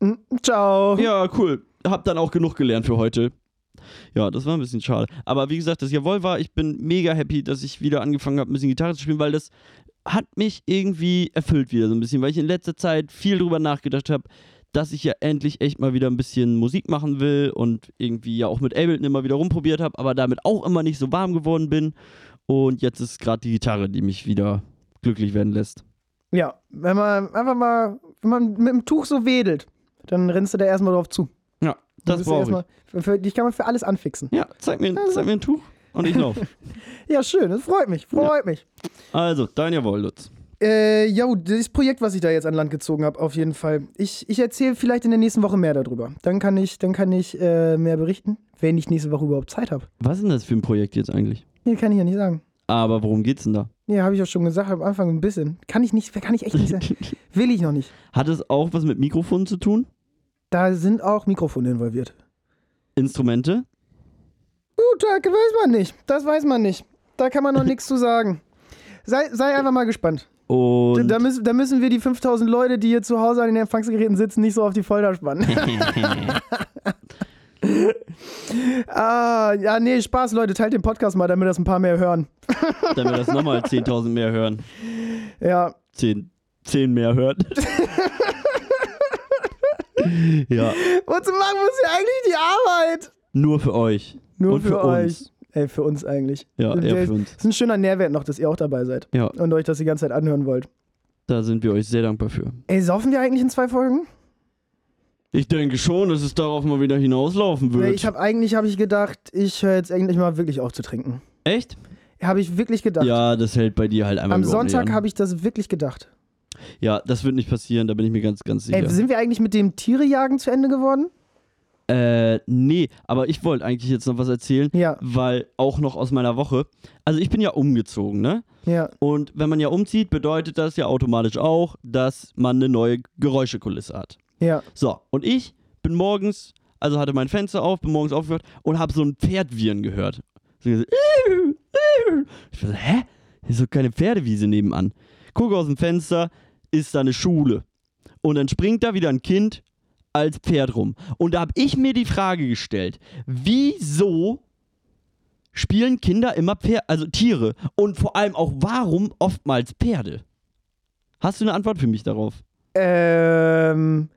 Speaker 1: Mm, Ciao.
Speaker 3: ja, cool, hab dann auch genug gelernt für heute. Ja, das war ein bisschen schade. Aber wie gesagt, das Jawohl war, ich bin mega happy, dass ich wieder angefangen habe, ein bisschen Gitarre zu spielen, weil das hat mich irgendwie erfüllt wieder so ein bisschen, weil ich in letzter Zeit viel drüber nachgedacht habe, dass ich ja endlich echt mal wieder ein bisschen Musik machen will und irgendwie ja auch mit Ableton immer wieder rumprobiert habe, aber damit auch immer nicht so warm geworden bin. Und jetzt ist gerade die Gitarre, die mich wieder glücklich werden lässt.
Speaker 1: Ja, wenn man einfach mal, wenn man mit dem Tuch so wedelt, dann rennst du da erstmal drauf zu.
Speaker 3: Ja,
Speaker 1: Dann
Speaker 3: das
Speaker 1: bist du
Speaker 3: brauche
Speaker 1: erstmal- Für, für, dich kann man für alles anfixen.
Speaker 3: ich. Ja, zeig mir, zeig mir ein Tuch und ich laufe.
Speaker 1: Ja, schön, das freut mich, freut mich.
Speaker 3: Also, dein Jawohl, Lutz.
Speaker 1: Äh, jo, das Projekt, was ich da jetzt an Land gezogen habe, auf jeden Fall. Ich, ich erzähle vielleicht in der nächsten Woche mehr darüber. Dann kann ich, dann kann ich äh, mehr berichten, wenn ich nächste Woche überhaupt Zeit habe.
Speaker 3: Was ist denn das für ein Projekt jetzt eigentlich?
Speaker 1: Nee, kann ich ja nicht sagen.
Speaker 3: Aber worum geht's denn da?
Speaker 1: Nee, habe ich ja schon gesagt am Anfang ein bisschen. Kann ich nicht, kann ich echt nicht sagen. Will ich noch nicht.
Speaker 3: Hat es auch was mit Mikrofonen zu tun?
Speaker 1: Da sind auch Mikrofone involviert.
Speaker 3: Instrumente?
Speaker 1: Gut, da weiß man nicht. Das weiß man nicht. Da kann man noch nichts zu sagen. Sei, sei einfach mal gespannt.
Speaker 3: Und
Speaker 1: Da, müssen, da müssen wir die 5000 Leute, die hier zu Hause an den Empfangsgeräten sitzen, nicht so auf die Folter spannen. ah, ja, nee, Spaß, Leute. Teilt den Podcast mal, damit das ein paar mehr hören.
Speaker 3: dann wir das nochmal 10.000 mehr hören.
Speaker 1: Ja,
Speaker 3: 10, 10 mehr hört. ja,
Speaker 1: wozu machen wir uns ja eigentlich die Arbeit?
Speaker 3: nur für euch.
Speaker 1: Nur
Speaker 3: Und für, uns.
Speaker 1: Ey, für uns eigentlich.
Speaker 3: Ja,
Speaker 1: Und
Speaker 3: eher
Speaker 1: der-
Speaker 3: für uns.
Speaker 1: Ist ein schöner Nährwert noch, dass ihr auch dabei seid
Speaker 3: Ja,
Speaker 1: und euch das die ganze Zeit anhören wollt.
Speaker 3: da sind wir euch sehr dankbar für.
Speaker 1: Ey, saufen wir eigentlich in zwei Folgen?
Speaker 3: Ich denke schon, dass es darauf mal wieder hinauslaufen
Speaker 1: Nee,
Speaker 3: wird.
Speaker 1: ich habe eigentlich habe ich gedacht, ich höre jetzt eigentlich mal wirklich auf zu trinken.
Speaker 3: Echt?
Speaker 1: Habe ich wirklich gedacht.
Speaker 3: Ja, das hält bei dir halt einmal
Speaker 1: Am Sonntag
Speaker 3: habe
Speaker 1: habe ich das wirklich gedacht.
Speaker 3: ich. Ja, das wird nicht passieren, da bin ich mir ganz, ganz sicher.
Speaker 1: Ey, sind wir eigentlich mit dem Tierejagen zu Ende geworden?
Speaker 3: Äh, nee, aber ich wollte eigentlich jetzt noch was erzählen,
Speaker 1: Ja.
Speaker 3: weil auch noch aus meiner Woche. Also ich bin ja umgezogen, ne?
Speaker 1: Ja.
Speaker 3: Und wenn man ja umzieht, bedeutet das ja automatisch auch, dass man eine neue Geräuschekulisse hat.
Speaker 1: Ja.
Speaker 3: So, und ich bin morgens, also hatte mein Fenster auf, bin morgens aufgehört und habe so ein Pferdwirren gehört. So, ich so, ich war so, hä? Hier ist so keine Pferdewiese nebenan. Gucke aus dem Fenster, ist da eine Schule. Und dann springt da wieder ein Kind als Pferd rum. Und da habe ich mir die Frage gestellt, wieso spielen Kinder immer Pferde, also Tiere und vor allem auch warum oftmals Pferde? Hast du eine Antwort für mich darauf?
Speaker 1: Ähm,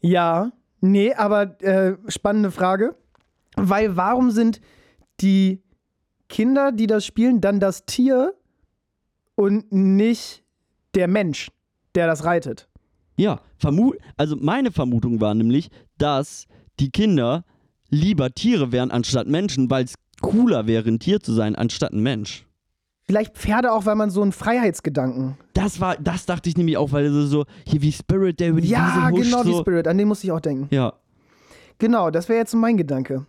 Speaker 1: ja. Nee, aber äh, spannende Frage. Weil warum sind die Kinder, die das spielen, dann das Tier und nicht der Mensch, der das reitet?
Speaker 3: Ja, vermu also meine Vermutung war nämlich, dass die Kinder lieber Tiere wären anstatt Menschen, weil es cooler wäre, ein Tier zu sein anstatt ein Mensch.
Speaker 1: Vielleicht Pferde auch, weil man so einen Freiheitsgedanken.
Speaker 3: Das war, das dachte ich nämlich auch, weil so, so hier wie Spirit, der über die
Speaker 1: Ja,
Speaker 3: Wiese huscht,
Speaker 1: genau,
Speaker 3: so.
Speaker 1: wie Spirit. An den musste ich auch denken.
Speaker 3: Ja,
Speaker 1: Genau, das wäre jetzt so mein Gedanke.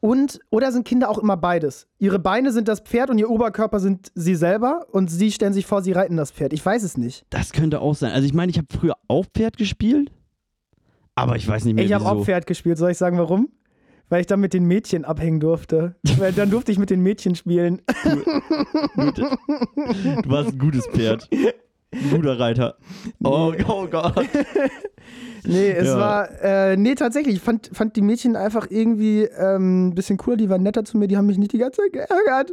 Speaker 1: Und, oder sind Kinder auch immer beides? Ihre Beine sind das Pferd und ihr Oberkörper sind sie selber und sie stellen sich vor, sie reiten das Pferd. Ich weiß es nicht.
Speaker 3: das könnte auch sein. Also ich meine, ich habe früher auch Pferd gespielt, aber ich weiß nicht mehr
Speaker 1: ich habe
Speaker 3: wieso.
Speaker 1: auch Pferd gespielt, soll ich sagen, warum? Weil ich dann mit den Mädchen abhängen durfte. Weil dann durfte ich mit den Mädchen spielen.
Speaker 3: Gut. Du warst ein gutes Pferd. Ein guter Reiter. Oh, oh Gott.
Speaker 1: Nee, es
Speaker 3: Ja.
Speaker 1: war, äh, nee, tatsächlich, ich fand, fand die Mädchen einfach irgendwie ähm, ein bisschen cooler, die waren netter zu mir, die haben mich nicht die ganze Zeit geärgert.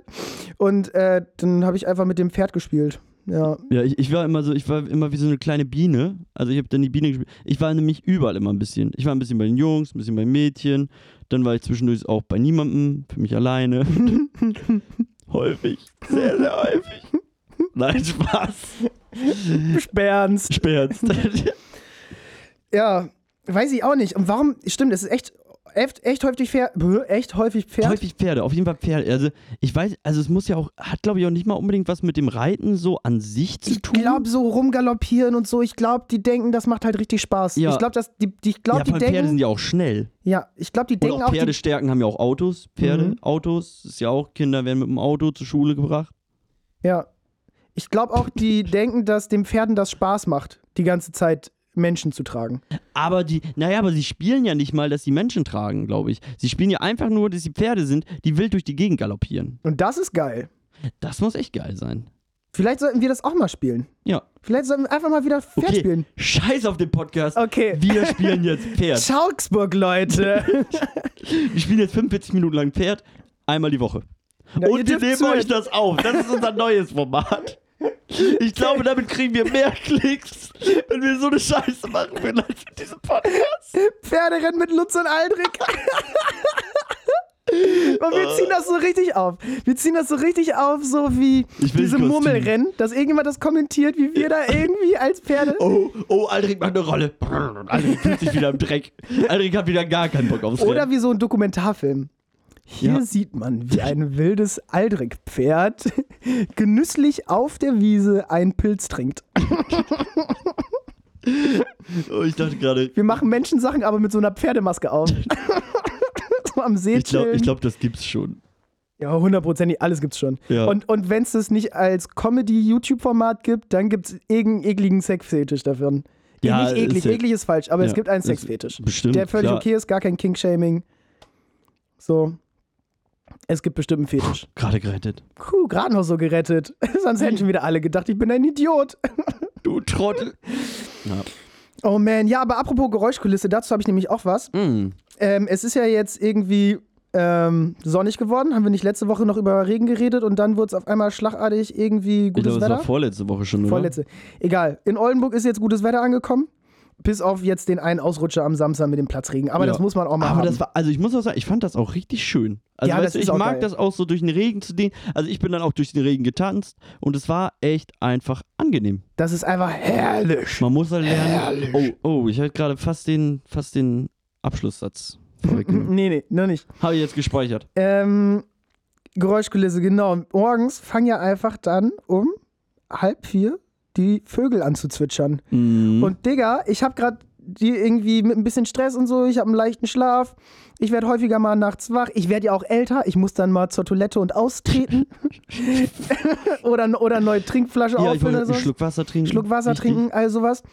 Speaker 1: Und äh, dann habe ich einfach mit dem Pferd gespielt. Ja,
Speaker 3: Ja, ich, ich war immer so, ich war immer wie so eine kleine Biene. Also ich habe dann die Biene gespielt. Ich war nämlich überall immer ein bisschen. Ich war ein bisschen bei den Jungs, ein bisschen bei den Mädchen. Dann war ich zwischendurch auch bei niemandem, für mich alleine. häufig, sehr, sehr häufig. Nein, Spaß.
Speaker 1: Bernst.
Speaker 3: Sperrst.
Speaker 1: Ja, weiß ich auch nicht. Und warum, stimmt, es ist echt echt, echt häufig Pferd. Bäh, Echt häufig Pferd.
Speaker 3: Häufig Pferde, auf jeden Fall Pferde. Also ich weiß, also es muss ja auch, hat glaube ich auch nicht mal unbedingt was mit dem Reiten so an sich zu
Speaker 1: Ich
Speaker 3: tun.
Speaker 1: glaube, so rumgaloppieren und so, ich glaube, die denken, das macht halt richtig Spaß.
Speaker 3: Ja.
Speaker 1: Ich glaube, die, die, ich glaub,
Speaker 3: ja,
Speaker 1: die
Speaker 3: vor allem Pferde
Speaker 1: denken.
Speaker 3: sind ja auch schnell.
Speaker 1: Ja, ich glaube, die
Speaker 3: Und
Speaker 1: denken
Speaker 3: auch
Speaker 1: auch. die,
Speaker 3: Pferdestärken haben ja auch Autos. Pferde,
Speaker 1: Mhm.
Speaker 3: Autos, ist ja auch, Kinder werden mit dem Auto zur Schule gebracht.
Speaker 1: ja. Ich glaube auch, die denken, dass den Pferden das Spaß macht, die ganze Zeit Menschen zu tragen.
Speaker 3: Aber die, naja, aber sie spielen ja nicht mal, dass die Menschen tragen, glaube ich. Sie spielen ja einfach nur, dass sie Pferde sind, die wild durch die Gegend galoppieren.
Speaker 1: Und das ist geil.
Speaker 3: Das muss echt geil sein.
Speaker 1: Vielleicht sollten wir das auch mal spielen.
Speaker 3: Ja.
Speaker 1: Vielleicht sollten wir einfach mal wieder Pferd
Speaker 3: Okay.
Speaker 1: spielen.
Speaker 3: Scheiß auf den Podcast.
Speaker 1: Okay.
Speaker 3: Wir spielen jetzt Pferd.
Speaker 1: Schalksburg, Leute.
Speaker 3: Wir spielen jetzt 45 Minuten lang Pferd, einmal die Woche.
Speaker 1: Na, ihr
Speaker 3: Und wir
Speaker 1: dürft
Speaker 3: nehmen
Speaker 1: zuhören.
Speaker 3: euch das auf. Das ist unser neues Format. Ich glaube, damit kriegen wir mehr Klicks, wenn wir so eine Scheiße machen würden als mit diesem
Speaker 1: Oh.
Speaker 3: Podcast.
Speaker 1: Pferderennen mit Lutz und Aldrich. Und
Speaker 3: Äh.
Speaker 1: wir ziehen das so richtig auf. Wir ziehen das so richtig auf, so wie
Speaker 3: Ich will
Speaker 1: diese
Speaker 3: ein Kostüm.
Speaker 1: Murmelrennen, dass irgendjemand das kommentiert, wie wir da irgendwie als Pferde.
Speaker 3: Oh, oh, Aldrich macht eine Rolle. Aldrich fühlt sich wieder im Dreck. Aldrich hat wieder gar keinen Bock aufs
Speaker 1: Oder
Speaker 3: Rennen.
Speaker 1: wie so ein Dokumentarfilm. Hier
Speaker 3: Ja.
Speaker 1: sieht man, wie ein wildes Aldrich-Pferd genüsslich auf der Wiese einen Pilz trinkt.
Speaker 3: Oh, ich dachte gerade,
Speaker 1: Wir machen Menschensachen aber mit so einer Pferdemaske auf. so am See
Speaker 3: ich glaube,
Speaker 1: chillen.
Speaker 3: ich glaub, das gibt's schon.
Speaker 1: Ja, hundertprozentig, alles gibt's schon.
Speaker 3: Ja.
Speaker 1: Und, und wenn es das nicht als Comedy-YouTube-Format gibt, dann gibt's irgendeinen ekligen Sexfetisch davon.
Speaker 3: Ja,
Speaker 1: nicht eklig,
Speaker 3: ist ja-
Speaker 1: eklig ist falsch, aber es
Speaker 3: Ja,
Speaker 1: gibt einen
Speaker 3: ist-
Speaker 1: Sexfetisch.
Speaker 3: bestimmt,
Speaker 1: Der völlig
Speaker 3: klar.
Speaker 1: okay ist, gar kein King-Shaming. So. Es gibt bestimmt einen Fetisch.
Speaker 3: Gerade gerettet.
Speaker 1: Puh, gerade noch so gerettet. Sonst hätten schon wieder alle gedacht, ich bin ein Idiot.
Speaker 3: Du Trottel.
Speaker 1: Oh man, ja, aber apropos Geräuschkulisse, dazu habe ich nämlich auch was.
Speaker 3: Mm.
Speaker 1: Ähm, es ist ja jetzt irgendwie ähm, sonnig geworden. Haben wir nicht letzte Woche noch über Regen geredet und dann wurde es auf einmal schlagartig irgendwie
Speaker 3: Ich
Speaker 1: gutes
Speaker 3: glaube, das
Speaker 1: Wetter?
Speaker 3: war ne? vorletzte Woche schon, oder?
Speaker 1: Vorletzte. Egal. In Oldenburg ist jetzt gutes Wetter angekommen. Bis auf jetzt den einen Ausrutscher am Samstag mit dem Platzregen. Aber
Speaker 3: Ja.
Speaker 1: das muss man auch mal
Speaker 3: Aber
Speaker 1: haben.
Speaker 3: das war, also ich muss auch sagen, ich fand das auch richtig schön. Also
Speaker 1: Ja,
Speaker 3: weißt
Speaker 1: das
Speaker 3: du,
Speaker 1: ist
Speaker 3: ich
Speaker 1: auch
Speaker 3: mag
Speaker 1: geil.
Speaker 3: das auch so durch den Regen zu gehen. Also ich bin dann auch durch den Regen getanzt und es war echt einfach angenehm.
Speaker 1: das ist einfach herrlich.
Speaker 3: Man muss halt lernen.
Speaker 1: Herrlich.
Speaker 3: Oh, oh, ich hatte gerade fast den, fast den Abschlusssatz vorweggenommen.
Speaker 1: Nee, nee, noch nicht.
Speaker 3: Habe ich jetzt gespeichert.
Speaker 1: Ähm, Geräuschkulisse, genau. Morgens fangen ja einfach dann um halb vier die Vögel an zu zwitschern.
Speaker 3: Mhm.
Speaker 1: Und Digga, ich habe gerade die irgendwie mit ein bisschen Stress und so, ich habe einen leichten Schlaf, ich werde häufiger mal nachts wach, ich werde ja auch älter, ich muss dann mal zur Toilette und austreten oder, oder eine neue Trinkflasche
Speaker 3: ja, ich
Speaker 1: auffüllen
Speaker 3: wollte
Speaker 1: oder
Speaker 3: einen
Speaker 1: so.
Speaker 3: Schluck Wasser trinken.
Speaker 1: Schluck Wasser
Speaker 3: Wichtig.
Speaker 1: trinken, all sowas.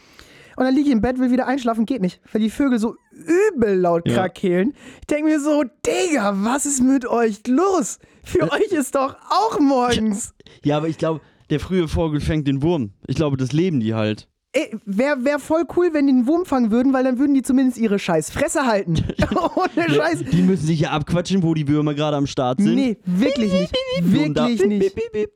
Speaker 1: Und dann liege ich im Bett, will wieder einschlafen, geht nicht, weil die Vögel so übel laut
Speaker 3: Ja.
Speaker 1: krakeelen. Ich denke mir so, Digga, was ist mit euch los?
Speaker 3: Äh,
Speaker 1: Für euch ist doch auch morgens.
Speaker 3: Ja, aber ich glaube, der frühe Vogel fängt den Wurm. Ich glaube, das leben die halt.
Speaker 1: Ey, wär, wär voll cool, wenn die einen Wurm fangen würden, weil dann würden die zumindest ihre scheiß Fresse halten. Ohne Scheiß.
Speaker 3: Die müssen sich ja abquatschen, wo die Würmer gerade am Start sind.
Speaker 1: Nee, wirklich nicht.
Speaker 3: Wurm da.
Speaker 1: Wirklich
Speaker 3: Bip, bip,
Speaker 1: nicht.
Speaker 3: bip, bip.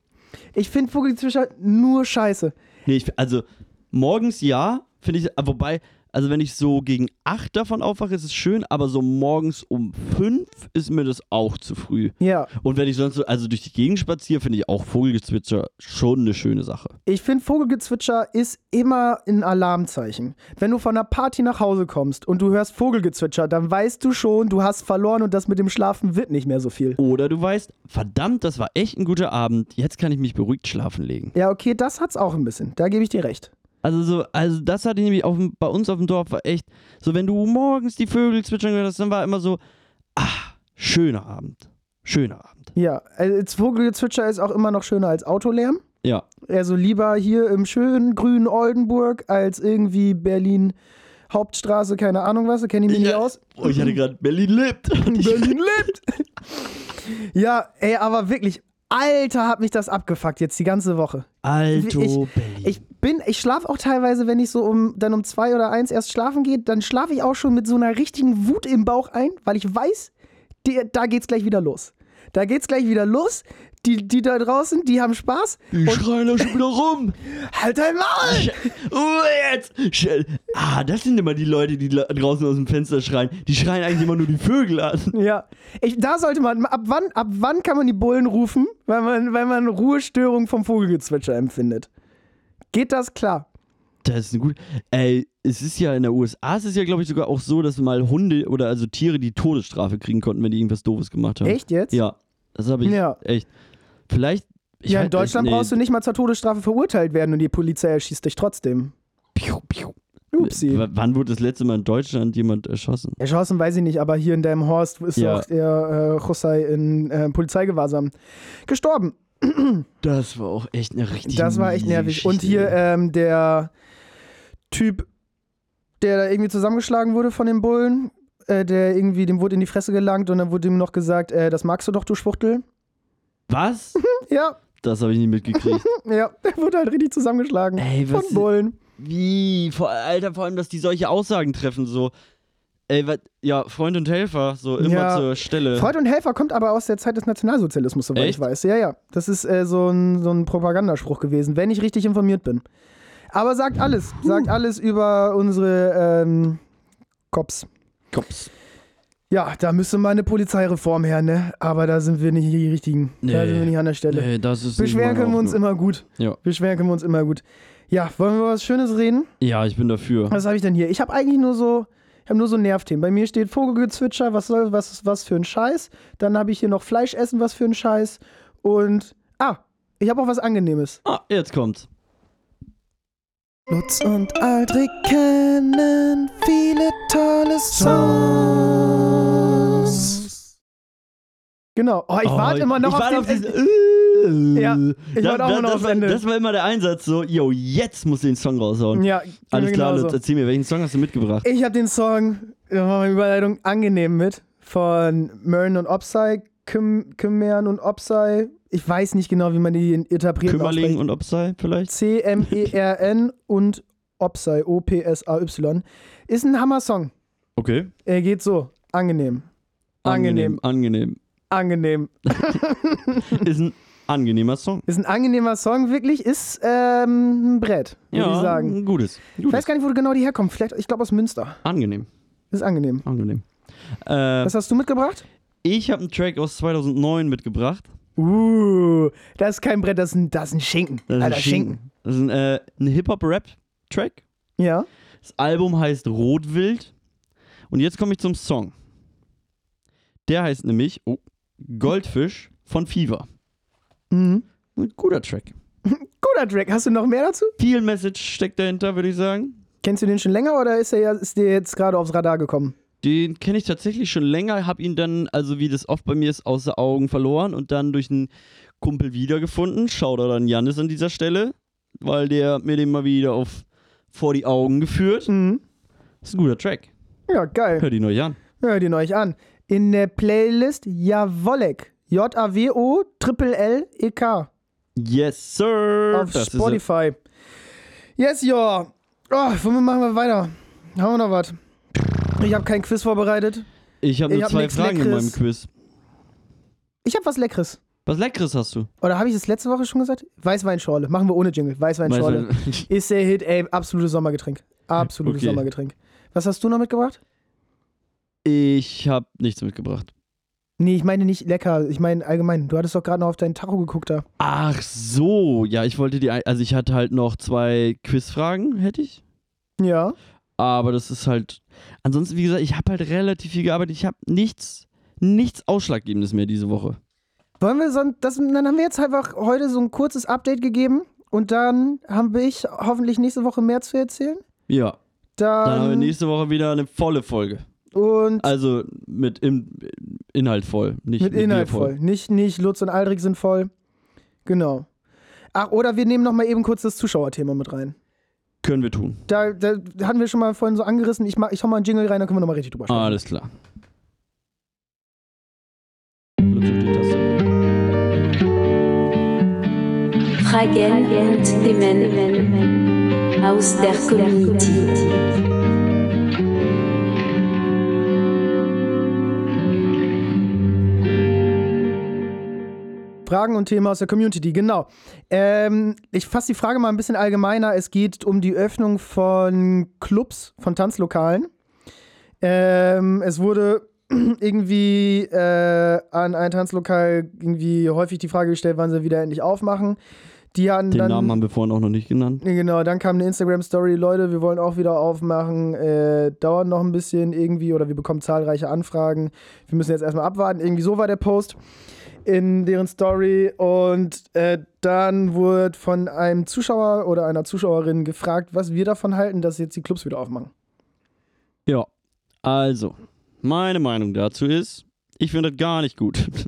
Speaker 1: Ich finde Vogelzwitscher nur scheiße.
Speaker 3: Nee, ich, also morgens ja, finde ich, wobei, also wenn ich so gegen 8 davon aufwache, ist es schön, aber so morgens um 5 ist mir das auch zu früh.
Speaker 1: Ja.
Speaker 3: Und wenn ich sonst so, also durch die Gegend spaziere, finde ich auch Vogelgezwitscher schon eine schöne Sache.
Speaker 1: Ich finde, Vogelgezwitscher ist immer ein Alarmzeichen. Wenn du von einer Party nach Hause kommst und du hörst Vogelgezwitscher, dann weißt du schon, du hast verloren und das mit dem Schlafen wird nicht mehr so viel.
Speaker 3: Oder du weißt, verdammt, das war echt ein guter Abend, jetzt kann ich mich beruhigt schlafen legen.
Speaker 1: Ja, okay, das hat's auch ein bisschen. Da gebe ich dir recht.
Speaker 3: Also so, also das hatte ich nämlich auf, dem- bei uns auf dem Dorf war echt, so wenn du morgens die Vögel zwitschern gehört hast, dann war immer so, ah, schöner Abend, schöner Abend.
Speaker 1: Ja, also das Vogelgezwitscher ist auch immer noch schöner als Autolärm.
Speaker 3: Ja,
Speaker 1: Also lieber hier im schönen grünen Oldenburg als irgendwie Berlin Hauptstraße, keine Ahnung was, kenne ich mich nicht
Speaker 3: Ja.
Speaker 1: aus.
Speaker 3: Oh, ich hatte gerade Berlin lebt. Und ich-
Speaker 1: Berlin lebt. ja, ey, aber wirklich, Alter, hat mich das abgefuckt jetzt die ganze Woche.
Speaker 3: Alto
Speaker 1: Ich-
Speaker 3: Berlin.
Speaker 1: Ich bin, ich schlafe auch teilweise, wenn ich so um dann um zwei oder eins erst schlafen gehe, dann schlafe ich auch schon mit so einer richtigen Wut im Bauch ein, weil ich weiß, die, da geht's gleich wieder los. Da geht's gleich wieder los. Die, die da draußen, die haben Spaß.
Speaker 3: die schreien da schon wieder rum.
Speaker 1: Halt dein Maul!
Speaker 3: Oh, jetzt. Sch- Ah, das sind immer die Leute, die la- draußen aus dem Fenster schreien. Die schreien eigentlich immer nur die Vögel an.
Speaker 1: Ja, ich, da sollte man, ab wann, ab wann kann man die Bullen rufen, weil man, weil man Ruhestörung vom Vogelgezwitscher empfindet? Geht das klar?
Speaker 3: Das ist eine gute. Ey, es ist ja in der USA, es ist ja, glaube ich, sogar auch so, dass mal Hunde oder also Tiere die Todesstrafe kriegen konnten, wenn die irgendwas Doofes gemacht haben.
Speaker 1: Echt jetzt?
Speaker 3: Ja, das habe ich.
Speaker 1: Ja.
Speaker 3: Echt. Vielleicht. Ich
Speaker 1: ja,
Speaker 3: weiß
Speaker 1: in Deutschland
Speaker 3: nicht, nee.
Speaker 1: brauchst du nicht mal zur Todesstrafe verurteilt werden und die Polizei erschießt dich trotzdem.
Speaker 3: Piu, piu.
Speaker 1: Upsi.
Speaker 3: W- Wann wurde das letzte Mal in Deutschland jemand erschossen?
Speaker 1: Erschossen weiß ich nicht, aber hier in deinem Horst ist
Speaker 3: Ja.
Speaker 1: auch der äh, Hussein in äh, Polizeigewahrsam gestorben.
Speaker 3: Das war auch echt eine richtig.
Speaker 1: das war echt
Speaker 3: miese
Speaker 1: nervig.
Speaker 3: Geschichte,
Speaker 1: Und hier
Speaker 3: ey.
Speaker 1: ähm, der Typ, der da irgendwie zusammengeschlagen wurde von den Bullen, äh, der irgendwie, dem wurde in die Fresse gelangt und dann wurde ihm noch gesagt, äh, das magst du doch, du Schwuchtel.
Speaker 3: Was?
Speaker 1: Ja,
Speaker 3: Das habe ich nicht mitgekriegt.
Speaker 1: ja, der wurde halt richtig zusammengeschlagen
Speaker 3: Ey, was-
Speaker 1: von Bullen.
Speaker 3: Wie? Vor, Alter, vor allem, dass die solche Aussagen treffen, so. Ey, wat, ja, Freund und Helfer, so immer
Speaker 1: Ja.
Speaker 3: zur Stelle.
Speaker 1: Freud und Helfer kommt aber aus der Zeit des Nationalsozialismus, soweit ich
Speaker 3: Äh. Echt?
Speaker 1: weiß. Ja, ja. Das ist äh, so, ein, so ein Propagandaspruch gewesen, wenn ich richtig informiert bin. Aber sagt alles. Sagt alles über unsere ähm, Cops.
Speaker 3: Kops.
Speaker 1: Ja, da müsste mal eine Polizeireform her, ne? Aber da sind wir nicht die richtigen. Da
Speaker 3: Nee.
Speaker 1: sind wir nicht an der Stelle.
Speaker 3: Nee, das ist
Speaker 1: Beschweren
Speaker 3: nicht meine
Speaker 1: können wir uns
Speaker 3: Hoffnung.
Speaker 1: immer gut.
Speaker 3: Ja.
Speaker 1: Beschweren können wir uns immer gut. Ja, wollen wir über was Schönes reden?
Speaker 3: ja, ich bin dafür.
Speaker 1: Was habe ich denn hier? Ich habe eigentlich nur so, ich habe nur so Nervthemen. Bei mir steht Vogelgezwitscher, was soll, was ist was für ein Scheiß. Dann habe ich hier noch Fleisch essen, was für ein Scheiß. Und ah, ich habe auch was Angenehmes.
Speaker 3: Ah, jetzt kommt's.
Speaker 1: Lutz und Aldrich kennen viele tolle Songs. Genau. Oh, ich
Speaker 3: Oh,
Speaker 1: warte immer noch
Speaker 3: ich
Speaker 1: auf
Speaker 3: warte
Speaker 1: den.
Speaker 3: auf diesen.
Speaker 1: Ja, ich
Speaker 3: Da-
Speaker 1: warte auch
Speaker 3: da-
Speaker 1: immer noch
Speaker 3: das,
Speaker 1: aufs
Speaker 3: war,
Speaker 1: Ende.
Speaker 3: das war immer der Einsatz, so, yo, jetzt muss den Song raushauen.
Speaker 1: ja,
Speaker 3: Alles klar,
Speaker 1: genauso.
Speaker 3: Lutz, erzähl mir, welchen Song hast du mitgebracht?
Speaker 1: Ich habe den Song, da machen wir Überleitung, angenehm mit von Mern und Opsai, Küm, Kümmern und Opsai. Ich weiß nicht genau, wie man die interpretiert.
Speaker 3: Kümmerling und Opsai vielleicht?
Speaker 1: C-M-E-R-N und Opsai, O-P-S-A-Y. Ist ein Hammer-Song.
Speaker 3: Okay.
Speaker 1: Er geht so. Angenehm. Angenehm.
Speaker 3: Angenehm.
Speaker 1: Angenehm.
Speaker 3: Ist ein angenehmer Song.
Speaker 1: Ist ein angenehmer Song, wirklich. Ist ähm, ein Brett, würde
Speaker 3: ja,
Speaker 1: ich sagen.
Speaker 3: ein gutes. ein
Speaker 1: Ich
Speaker 3: gutes.
Speaker 1: weiß gar nicht, wo genau die herkommt. Vielleicht, ich glaube, aus Münster.
Speaker 3: Angenehm.
Speaker 1: Ist angenehm.
Speaker 3: Angenehm. Äh,
Speaker 1: Was hast du mitgebracht?
Speaker 3: ich habe einen Track aus 2009 mitgebracht.
Speaker 1: Uh, das ist kein Brett, das ist ein, das ist ein Schinken.
Speaker 3: Das ist
Speaker 1: Alter,
Speaker 3: ein
Speaker 1: Schinken.
Speaker 3: Das ist ein, äh, ein Hip-Hop-Rap-Track.
Speaker 1: Ja.
Speaker 3: Das Album heißt Rotwild. Und jetzt komme ich zum Song. Der heißt nämlich oh, Goldfisch von Fever.
Speaker 1: Mhm.
Speaker 3: Ein guter Track.
Speaker 1: Guter Track. Hast du noch mehr dazu?
Speaker 3: Viel Message steckt dahinter, würde ich sagen.
Speaker 1: Kennst du den schon länger oder ist der, ja- ist der jetzt gerade aufs Radar gekommen?
Speaker 3: Den kenne ich tatsächlich schon länger, habe ihn dann, also wie das oft bei mir ist, außer Augen verloren und dann durch einen Kumpel wiedergefunden. Shoutout an Janis an dieser Stelle, weil der mir den mal wieder auf vor die Augen geführt.
Speaker 1: Mhm.
Speaker 3: Ist ein guter Track.
Speaker 1: Ja, geil.
Speaker 3: Hört ihn euch an.
Speaker 1: Hört ihn euch an. In der Playlist Jawollek. J-A-W-O Triple L E K
Speaker 3: Yes, sir.
Speaker 1: auf
Speaker 3: Das ist-
Speaker 1: Spotify. Yes, ja. Oh, womit machen wir weiter? Haben wir noch was? Ich habe keinen Quiz vorbereitet.
Speaker 3: Ich habe
Speaker 1: Ich
Speaker 3: nur
Speaker 1: hab
Speaker 3: zwei
Speaker 1: nix
Speaker 3: Fragen in meinem
Speaker 1: Leckeres.
Speaker 3: Quiz.
Speaker 1: Ich habe was Leckeres.
Speaker 3: Was Leckeres hast du?
Speaker 1: Oder habe ich das letzte Woche schon gesagt? Weißweinschorle. Machen wir ohne Jingle. Weißweinschorle.
Speaker 3: Weißt du-
Speaker 1: Ist der Hit, ey, absolutes Sommergetränk. Absolutes
Speaker 3: Okay.
Speaker 1: Sommergetränk. Was hast du noch mitgebracht?
Speaker 3: Ich habe nichts mitgebracht.
Speaker 1: Nee, ich meine nicht lecker, ich meine allgemein. Du hattest doch gerade noch auf deinen Tacho geguckt da.
Speaker 3: Ach so, ja, ich wollte die, ein- also ich hatte halt noch zwei Quizfragen, hätte ich.
Speaker 1: Ja.
Speaker 3: Aber das ist halt, ansonsten, wie gesagt, ich habe halt relativ viel gearbeitet. Ich habe nichts, nichts Ausschlaggebendes mehr diese Woche.
Speaker 1: Wollen wir sonst, das, dann haben wir jetzt einfach heute so ein kurzes Update gegeben und dann haben wir ich hoffentlich nächste Woche mehr zu erzählen.
Speaker 3: Ja,
Speaker 1: Dann,
Speaker 3: dann haben wir nächste Woche wieder eine volle Folge.
Speaker 1: und
Speaker 3: Also mit im, Inhalt voll, nicht
Speaker 1: mit Inhalt
Speaker 3: dir
Speaker 1: voll. Nicht, nicht Lutz und Aldrich sind voll. Genau. Ach, oder wir nehmen noch mal eben kurz das Zuschauerthema mit rein.
Speaker 3: Können wir tun.
Speaker 1: Da, da hatten wir schon mal vorhin so angerissen. Ich, mach, ich hau mal einen Jingle rein, dann können wir noch mal richtig drüber sprechen.
Speaker 3: Alles klar. Plötzlich steht das.
Speaker 4: Fragen und Themen aus der Community.
Speaker 1: Fragen und Themen aus der Community, genau. Ähm, ich fasse die Frage mal ein bisschen allgemeiner. Es geht um die Öffnung von Clubs, von Tanzlokalen. Ähm, es wurde irgendwie äh, an ein Tanzlokal irgendwie häufig die Frage gestellt, wann sie wieder endlich aufmachen. Die hatten
Speaker 3: Den
Speaker 1: dann.
Speaker 3: Namen haben wir vorhin auch noch nicht genannt.
Speaker 1: Nee, Genau, dann kam eine Instagram-Story, Leute, wir wollen auch wieder aufmachen, äh, dauert noch ein bisschen irgendwie oder wir bekommen zahlreiche Anfragen. Wir müssen jetzt erstmal abwarten. Irgendwie so war der Post in deren Story und äh, dann wurde von einem Zuschauer oder einer Zuschauerin gefragt, was wir davon halten, dass jetzt die Clubs wieder aufmachen.
Speaker 3: Ja. Also, meine Meinung dazu ist, ich finde das gar nicht gut.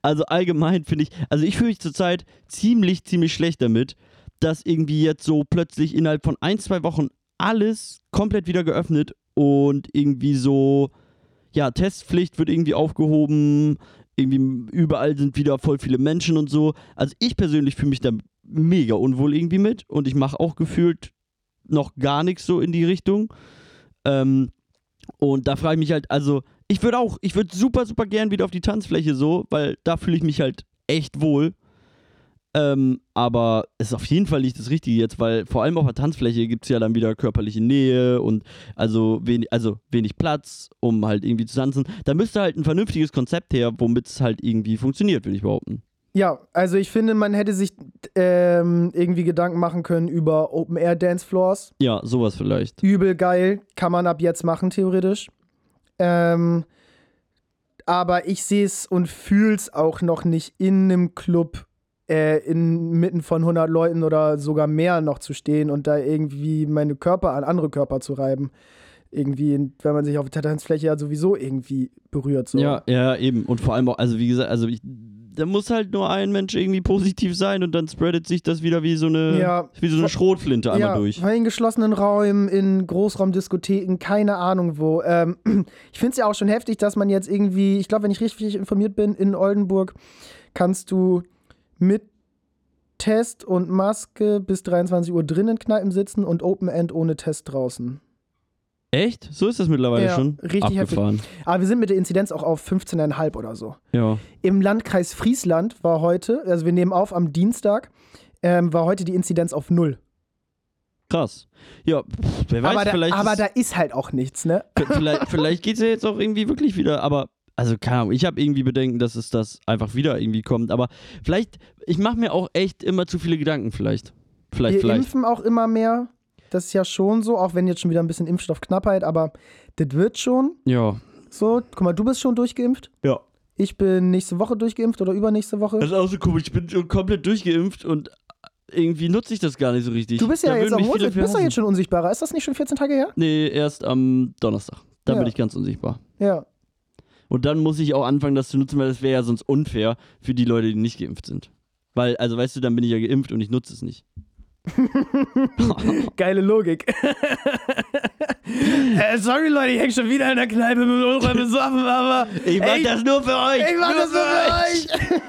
Speaker 3: Also allgemein finde ich, also ich fühle mich zurzeit ziemlich, ziemlich schlecht damit, dass irgendwie jetzt so plötzlich innerhalb von ein, zwei Wochen alles komplett wieder geöffnet und irgendwie so, ja, Testpflicht wird irgendwie aufgehoben, irgendwie überall sind wieder voll viele Menschen und so. Also ich persönlich fühle mich da mega unwohl irgendwie mit und ich mache auch gefühlt noch gar nichts so in die Richtung. Ähm, und da frage ich mich halt, also ich würde auch, ich würde super, super gern wieder auf die Tanzfläche so, weil da fühle ich mich halt echt wohl. Ähm, aber es ist auf jeden Fall nicht das Richtige jetzt, weil vor allem auf der Tanzfläche gibt es ja dann wieder körperliche Nähe und also wenig, also wenig Platz, um halt irgendwie zu tanzen. Da müsste halt ein vernünftiges Konzept her, womit es halt irgendwie funktioniert, würde ich behaupten.
Speaker 1: Ja, also ich finde, man hätte sich ähm, irgendwie Gedanken machen können über Open-Air-Dancefloors.
Speaker 3: Ja, sowas vielleicht.
Speaker 1: Übel geil, kann man ab jetzt machen, theoretisch. Ähm, aber ich sehe es und fühle es auch noch nicht in einem Club äh, inmitten von 100 Leuten oder sogar mehr noch zu stehen und da irgendwie meine Körper an andere Körper zu reiben. Irgendwie, wenn man sich auf der Tanzfläche ja sowieso irgendwie berührt. So.
Speaker 3: Ja, ja, eben. Und vor allem auch, also wie gesagt, also ich, da muss halt nur ein Mensch irgendwie positiv sein und dann spreadet sich das wieder wie so eine,
Speaker 1: Ja.
Speaker 3: wie so eine Schrotflinte einmal
Speaker 1: ja,
Speaker 3: durch.
Speaker 1: In geschlossenen Räumen, in Großraumdiskotheken, keine Ahnung wo. Ähm, ich finde es ja auch schon heftig, dass man jetzt irgendwie, ich glaube, wenn ich richtig informiert bin, in Oldenburg kannst du mit Test und Maske bis 23 Uhr drin in Kneipen sitzen und Open End ohne Test draußen.
Speaker 3: Echt? So ist das mittlerweile
Speaker 1: Ja,
Speaker 3: schon?
Speaker 1: richtig heftig.
Speaker 3: Abgefahren.
Speaker 1: Aber wir sind mit der Inzidenz auch auf 15,5 oder so.
Speaker 3: Ja.
Speaker 1: Im Landkreis Friesland war heute, also wir nehmen auf am Dienstag, ähm, war heute die Inzidenz auf null.
Speaker 3: Krass. Ja, pff, wer weiß,
Speaker 1: Aber, da,
Speaker 3: vielleicht,
Speaker 1: aber
Speaker 3: ist-
Speaker 1: da ist halt auch nichts, ne?
Speaker 3: vielleicht, vielleicht geht es ja jetzt auch irgendwie wirklich wieder, aber. Also, keine Ahnung, ich habe irgendwie Bedenken, dass es das einfach wieder irgendwie kommt. Aber vielleicht, ich mache mir auch echt immer zu viele Gedanken, vielleicht. Vielleicht,
Speaker 1: Wir
Speaker 3: vielleicht.
Speaker 1: impfen auch immer mehr. Das ist ja schon so, auch wenn jetzt schon wieder ein bisschen Impfstoffknappheit, aber das wird schon
Speaker 3: Ja.
Speaker 1: so. Guck mal, du bist schon durchgeimpft.
Speaker 3: Ja.
Speaker 1: Ich bin nächste Woche durchgeimpft oder übernächste Woche.
Speaker 3: Das ist auch so komisch. Ich bin schon komplett durchgeimpft und irgendwie nutze ich das gar nicht so richtig.
Speaker 1: Du bist ja
Speaker 3: Da
Speaker 1: jetzt
Speaker 3: würden
Speaker 1: auch
Speaker 3: mich
Speaker 1: Montag-
Speaker 3: viele für
Speaker 1: bist doch
Speaker 3: hassen.
Speaker 1: jetzt schon unsichtbarer. Ist das nicht schon 14 Tage her?
Speaker 3: Nee, erst am Donnerstag. Da
Speaker 1: Ja.
Speaker 3: bin ich ganz unsichtbar.
Speaker 1: Ja.
Speaker 3: Und dann muss ich auch anfangen, das zu nutzen, weil das wäre ja sonst unfair für die Leute, die nicht geimpft sind. Weil, also weißt du, dann bin ich ja geimpft und ich nutze es nicht.
Speaker 1: Geile Logik. äh, sorry, Leute, ich häng schon wieder in der Kneipe mit dem Ulrich besoffen, aber.
Speaker 3: Ich mach
Speaker 1: Ey,
Speaker 3: das nur für euch!
Speaker 1: Ich mach das nur für euch!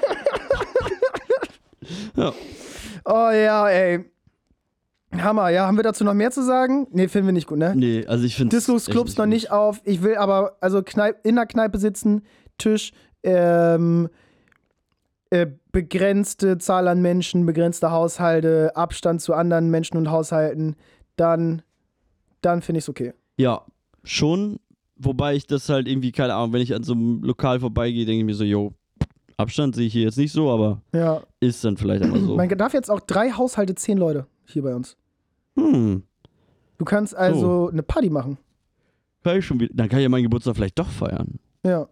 Speaker 3: Ja.
Speaker 1: Oh ja, ey. Hammer, ja. Haben wir dazu noch mehr zu sagen? Nee, finden wir nicht gut, ne?
Speaker 3: Nee, also ich finde
Speaker 1: Discos, Clubs noch nicht auf. Ich will aber, also Kneip, in der Kneipe sitzen, Tisch, ähm, äh, begrenzte Zahl an Menschen, begrenzte Haushalte, Abstand zu anderen Menschen und Haushalten, dann, dann finde ich es okay.
Speaker 3: Ja, schon. Wobei ich das halt irgendwie, keine Ahnung, wenn ich an so einem Lokal vorbeigehe, denke ich mir so, yo, Abstand sehe ich hier jetzt nicht so, aber
Speaker 1: Ja.
Speaker 3: ist dann vielleicht einfach so.
Speaker 1: Man darf jetzt auch drei Haushalte, zehn Leute hier bei uns.
Speaker 3: Hm.
Speaker 1: Du kannst
Speaker 3: Oh.
Speaker 1: also eine Party machen.
Speaker 3: Kann ich schon wieder. Dann kann ich ja meinen Geburtstag vielleicht doch feiern.
Speaker 1: Ja.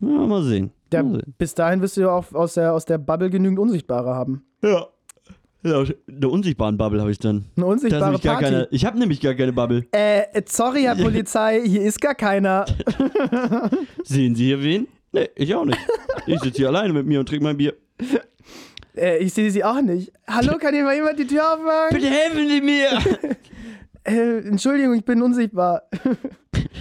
Speaker 3: Ja, mal sehen.
Speaker 1: Der,
Speaker 3: mal sehen.
Speaker 1: bis dahin wirst du ja auch aus der, aus der Bubble genügend Unsichtbare haben.
Speaker 3: Ja. ja. Eine unsichtbaren Bubble habe ich dann.
Speaker 1: Eine
Speaker 3: Da ist
Speaker 1: unsichtbare
Speaker 3: nämlich gar
Speaker 1: Party.
Speaker 3: keine, ich habe nämlich gar keine Bubble.
Speaker 1: Äh, sorry, Herr Polizei, hier ist gar keiner.
Speaker 3: Sehen Sie hier wen? Nee, ich auch nicht. Ich sitze hier alleine mit mir und trinke mein Bier.
Speaker 1: Äh, ich sehe sie auch nicht. Hallo, kann hier mal jemand die Tür aufmachen?
Speaker 3: Bitte helfen Sie mir!
Speaker 1: Äh, Entschuldigung, ich bin unsichtbar.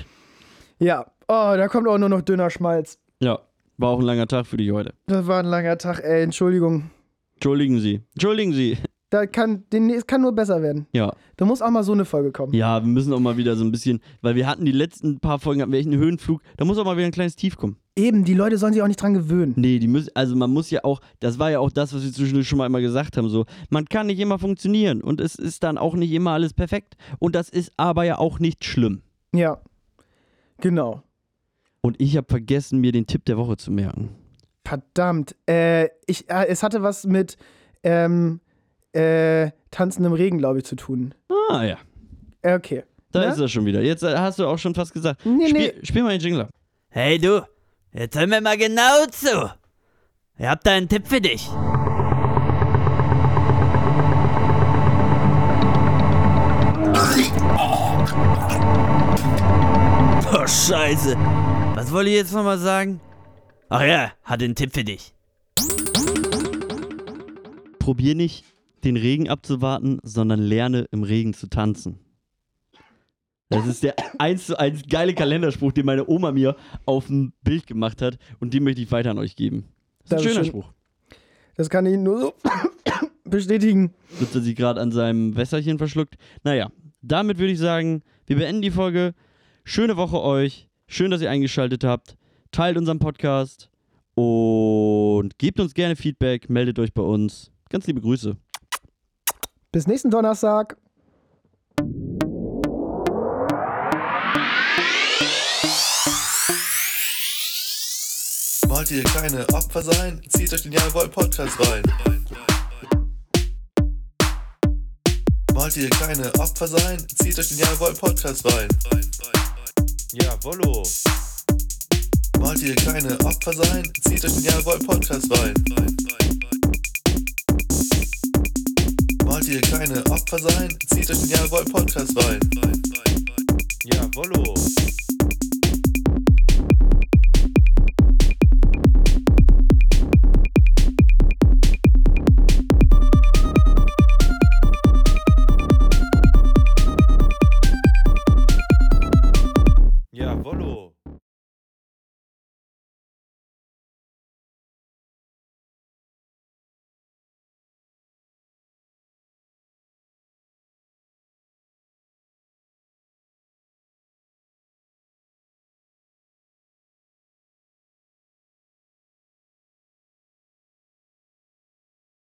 Speaker 1: ja. Oh, da kommt auch nur noch dünner Schmalz.
Speaker 3: ja, war auch ein langer Tag für dich heute.
Speaker 1: Das war ein langer Tag, ey, Entschuldigung.
Speaker 3: Entschuldigen Sie. Entschuldigen Sie.
Speaker 1: Da kann, den, es kann nur besser werden.
Speaker 3: Ja.
Speaker 1: Da muss auch mal so eine Folge kommen.
Speaker 3: Ja, wir müssen auch mal wieder so ein bisschen, weil wir hatten die letzten paar Folgen, hatten wir echt einen Höhenflug. Da muss auch mal wieder ein kleines Tief kommen.
Speaker 1: Eben, die Leute sollen sich auch nicht dran gewöhnen.
Speaker 3: Nee, die müssen, also man muss ja auch, das war ja auch das, was wir zwischendurch schon mal immer gesagt haben, so, man kann nicht immer funktionieren und es ist dann auch nicht immer alles perfekt und das ist aber ja auch nicht schlimm.
Speaker 1: Ja. Genau.
Speaker 3: Und ich habe vergessen, mir den Tipp der Woche zu merken.
Speaker 1: Verdammt. Äh, ich, äh, es hatte was mit ähm, äh, Tanzen im Regen, glaube ich, zu tun.
Speaker 3: Ah, ja.
Speaker 1: Äh, okay.
Speaker 3: Da
Speaker 1: Ne?
Speaker 3: ist er schon wieder. Jetzt äh, hast du auch schon fast gesagt.
Speaker 1: Nee,
Speaker 3: spiel, spiel mal den Jingle ab.
Speaker 5: Hey du, jetzt hör mir mal genau zu. Ich hab da einen Tipp für dich. Oh Scheiße. Was wollte ich jetzt nochmal sagen? Ach ja, hat einen Tipp für dich.
Speaker 3: Probier nicht, den Regen abzuwarten, sondern lerne, im Regen zu tanzen. Das ist der eins zu eins geile Kalenderspruch, den meine Oma mir auf dem Bild gemacht hat und den möchte ich weiter an euch geben.
Speaker 1: Das ist
Speaker 3: Das ist ein schöner
Speaker 1: schön.
Speaker 3: Spruch.
Speaker 1: Das kann ich nur so bestätigen.
Speaker 3: Sitzt er sich gerade an seinem Wässerchen verschluckt. Naja, damit würde ich sagen, wir beenden die Folge. Schöne Woche euch. Schön, dass ihr eingeschaltet habt. Teilt unseren Podcast und gebt uns gerne Feedback. Meldet euch bei uns. Ganz liebe Grüße.
Speaker 1: Bis nächsten Donnerstag.
Speaker 6: Wollt ihr kleine Opfer sein? Zieht euch den Jawohl-Podcast rein. Wollt ihr kleine Opfer sein? Zieht euch den Jawohl-Podcast rein. Jawollo. Wollt ihr kleine Opfer sein? Zieht euch den Jawohl-Podcast rein. Wollt ihr kleine Opfer sein? Zieht euch den Jawohl-Podcast rein. Jawollo.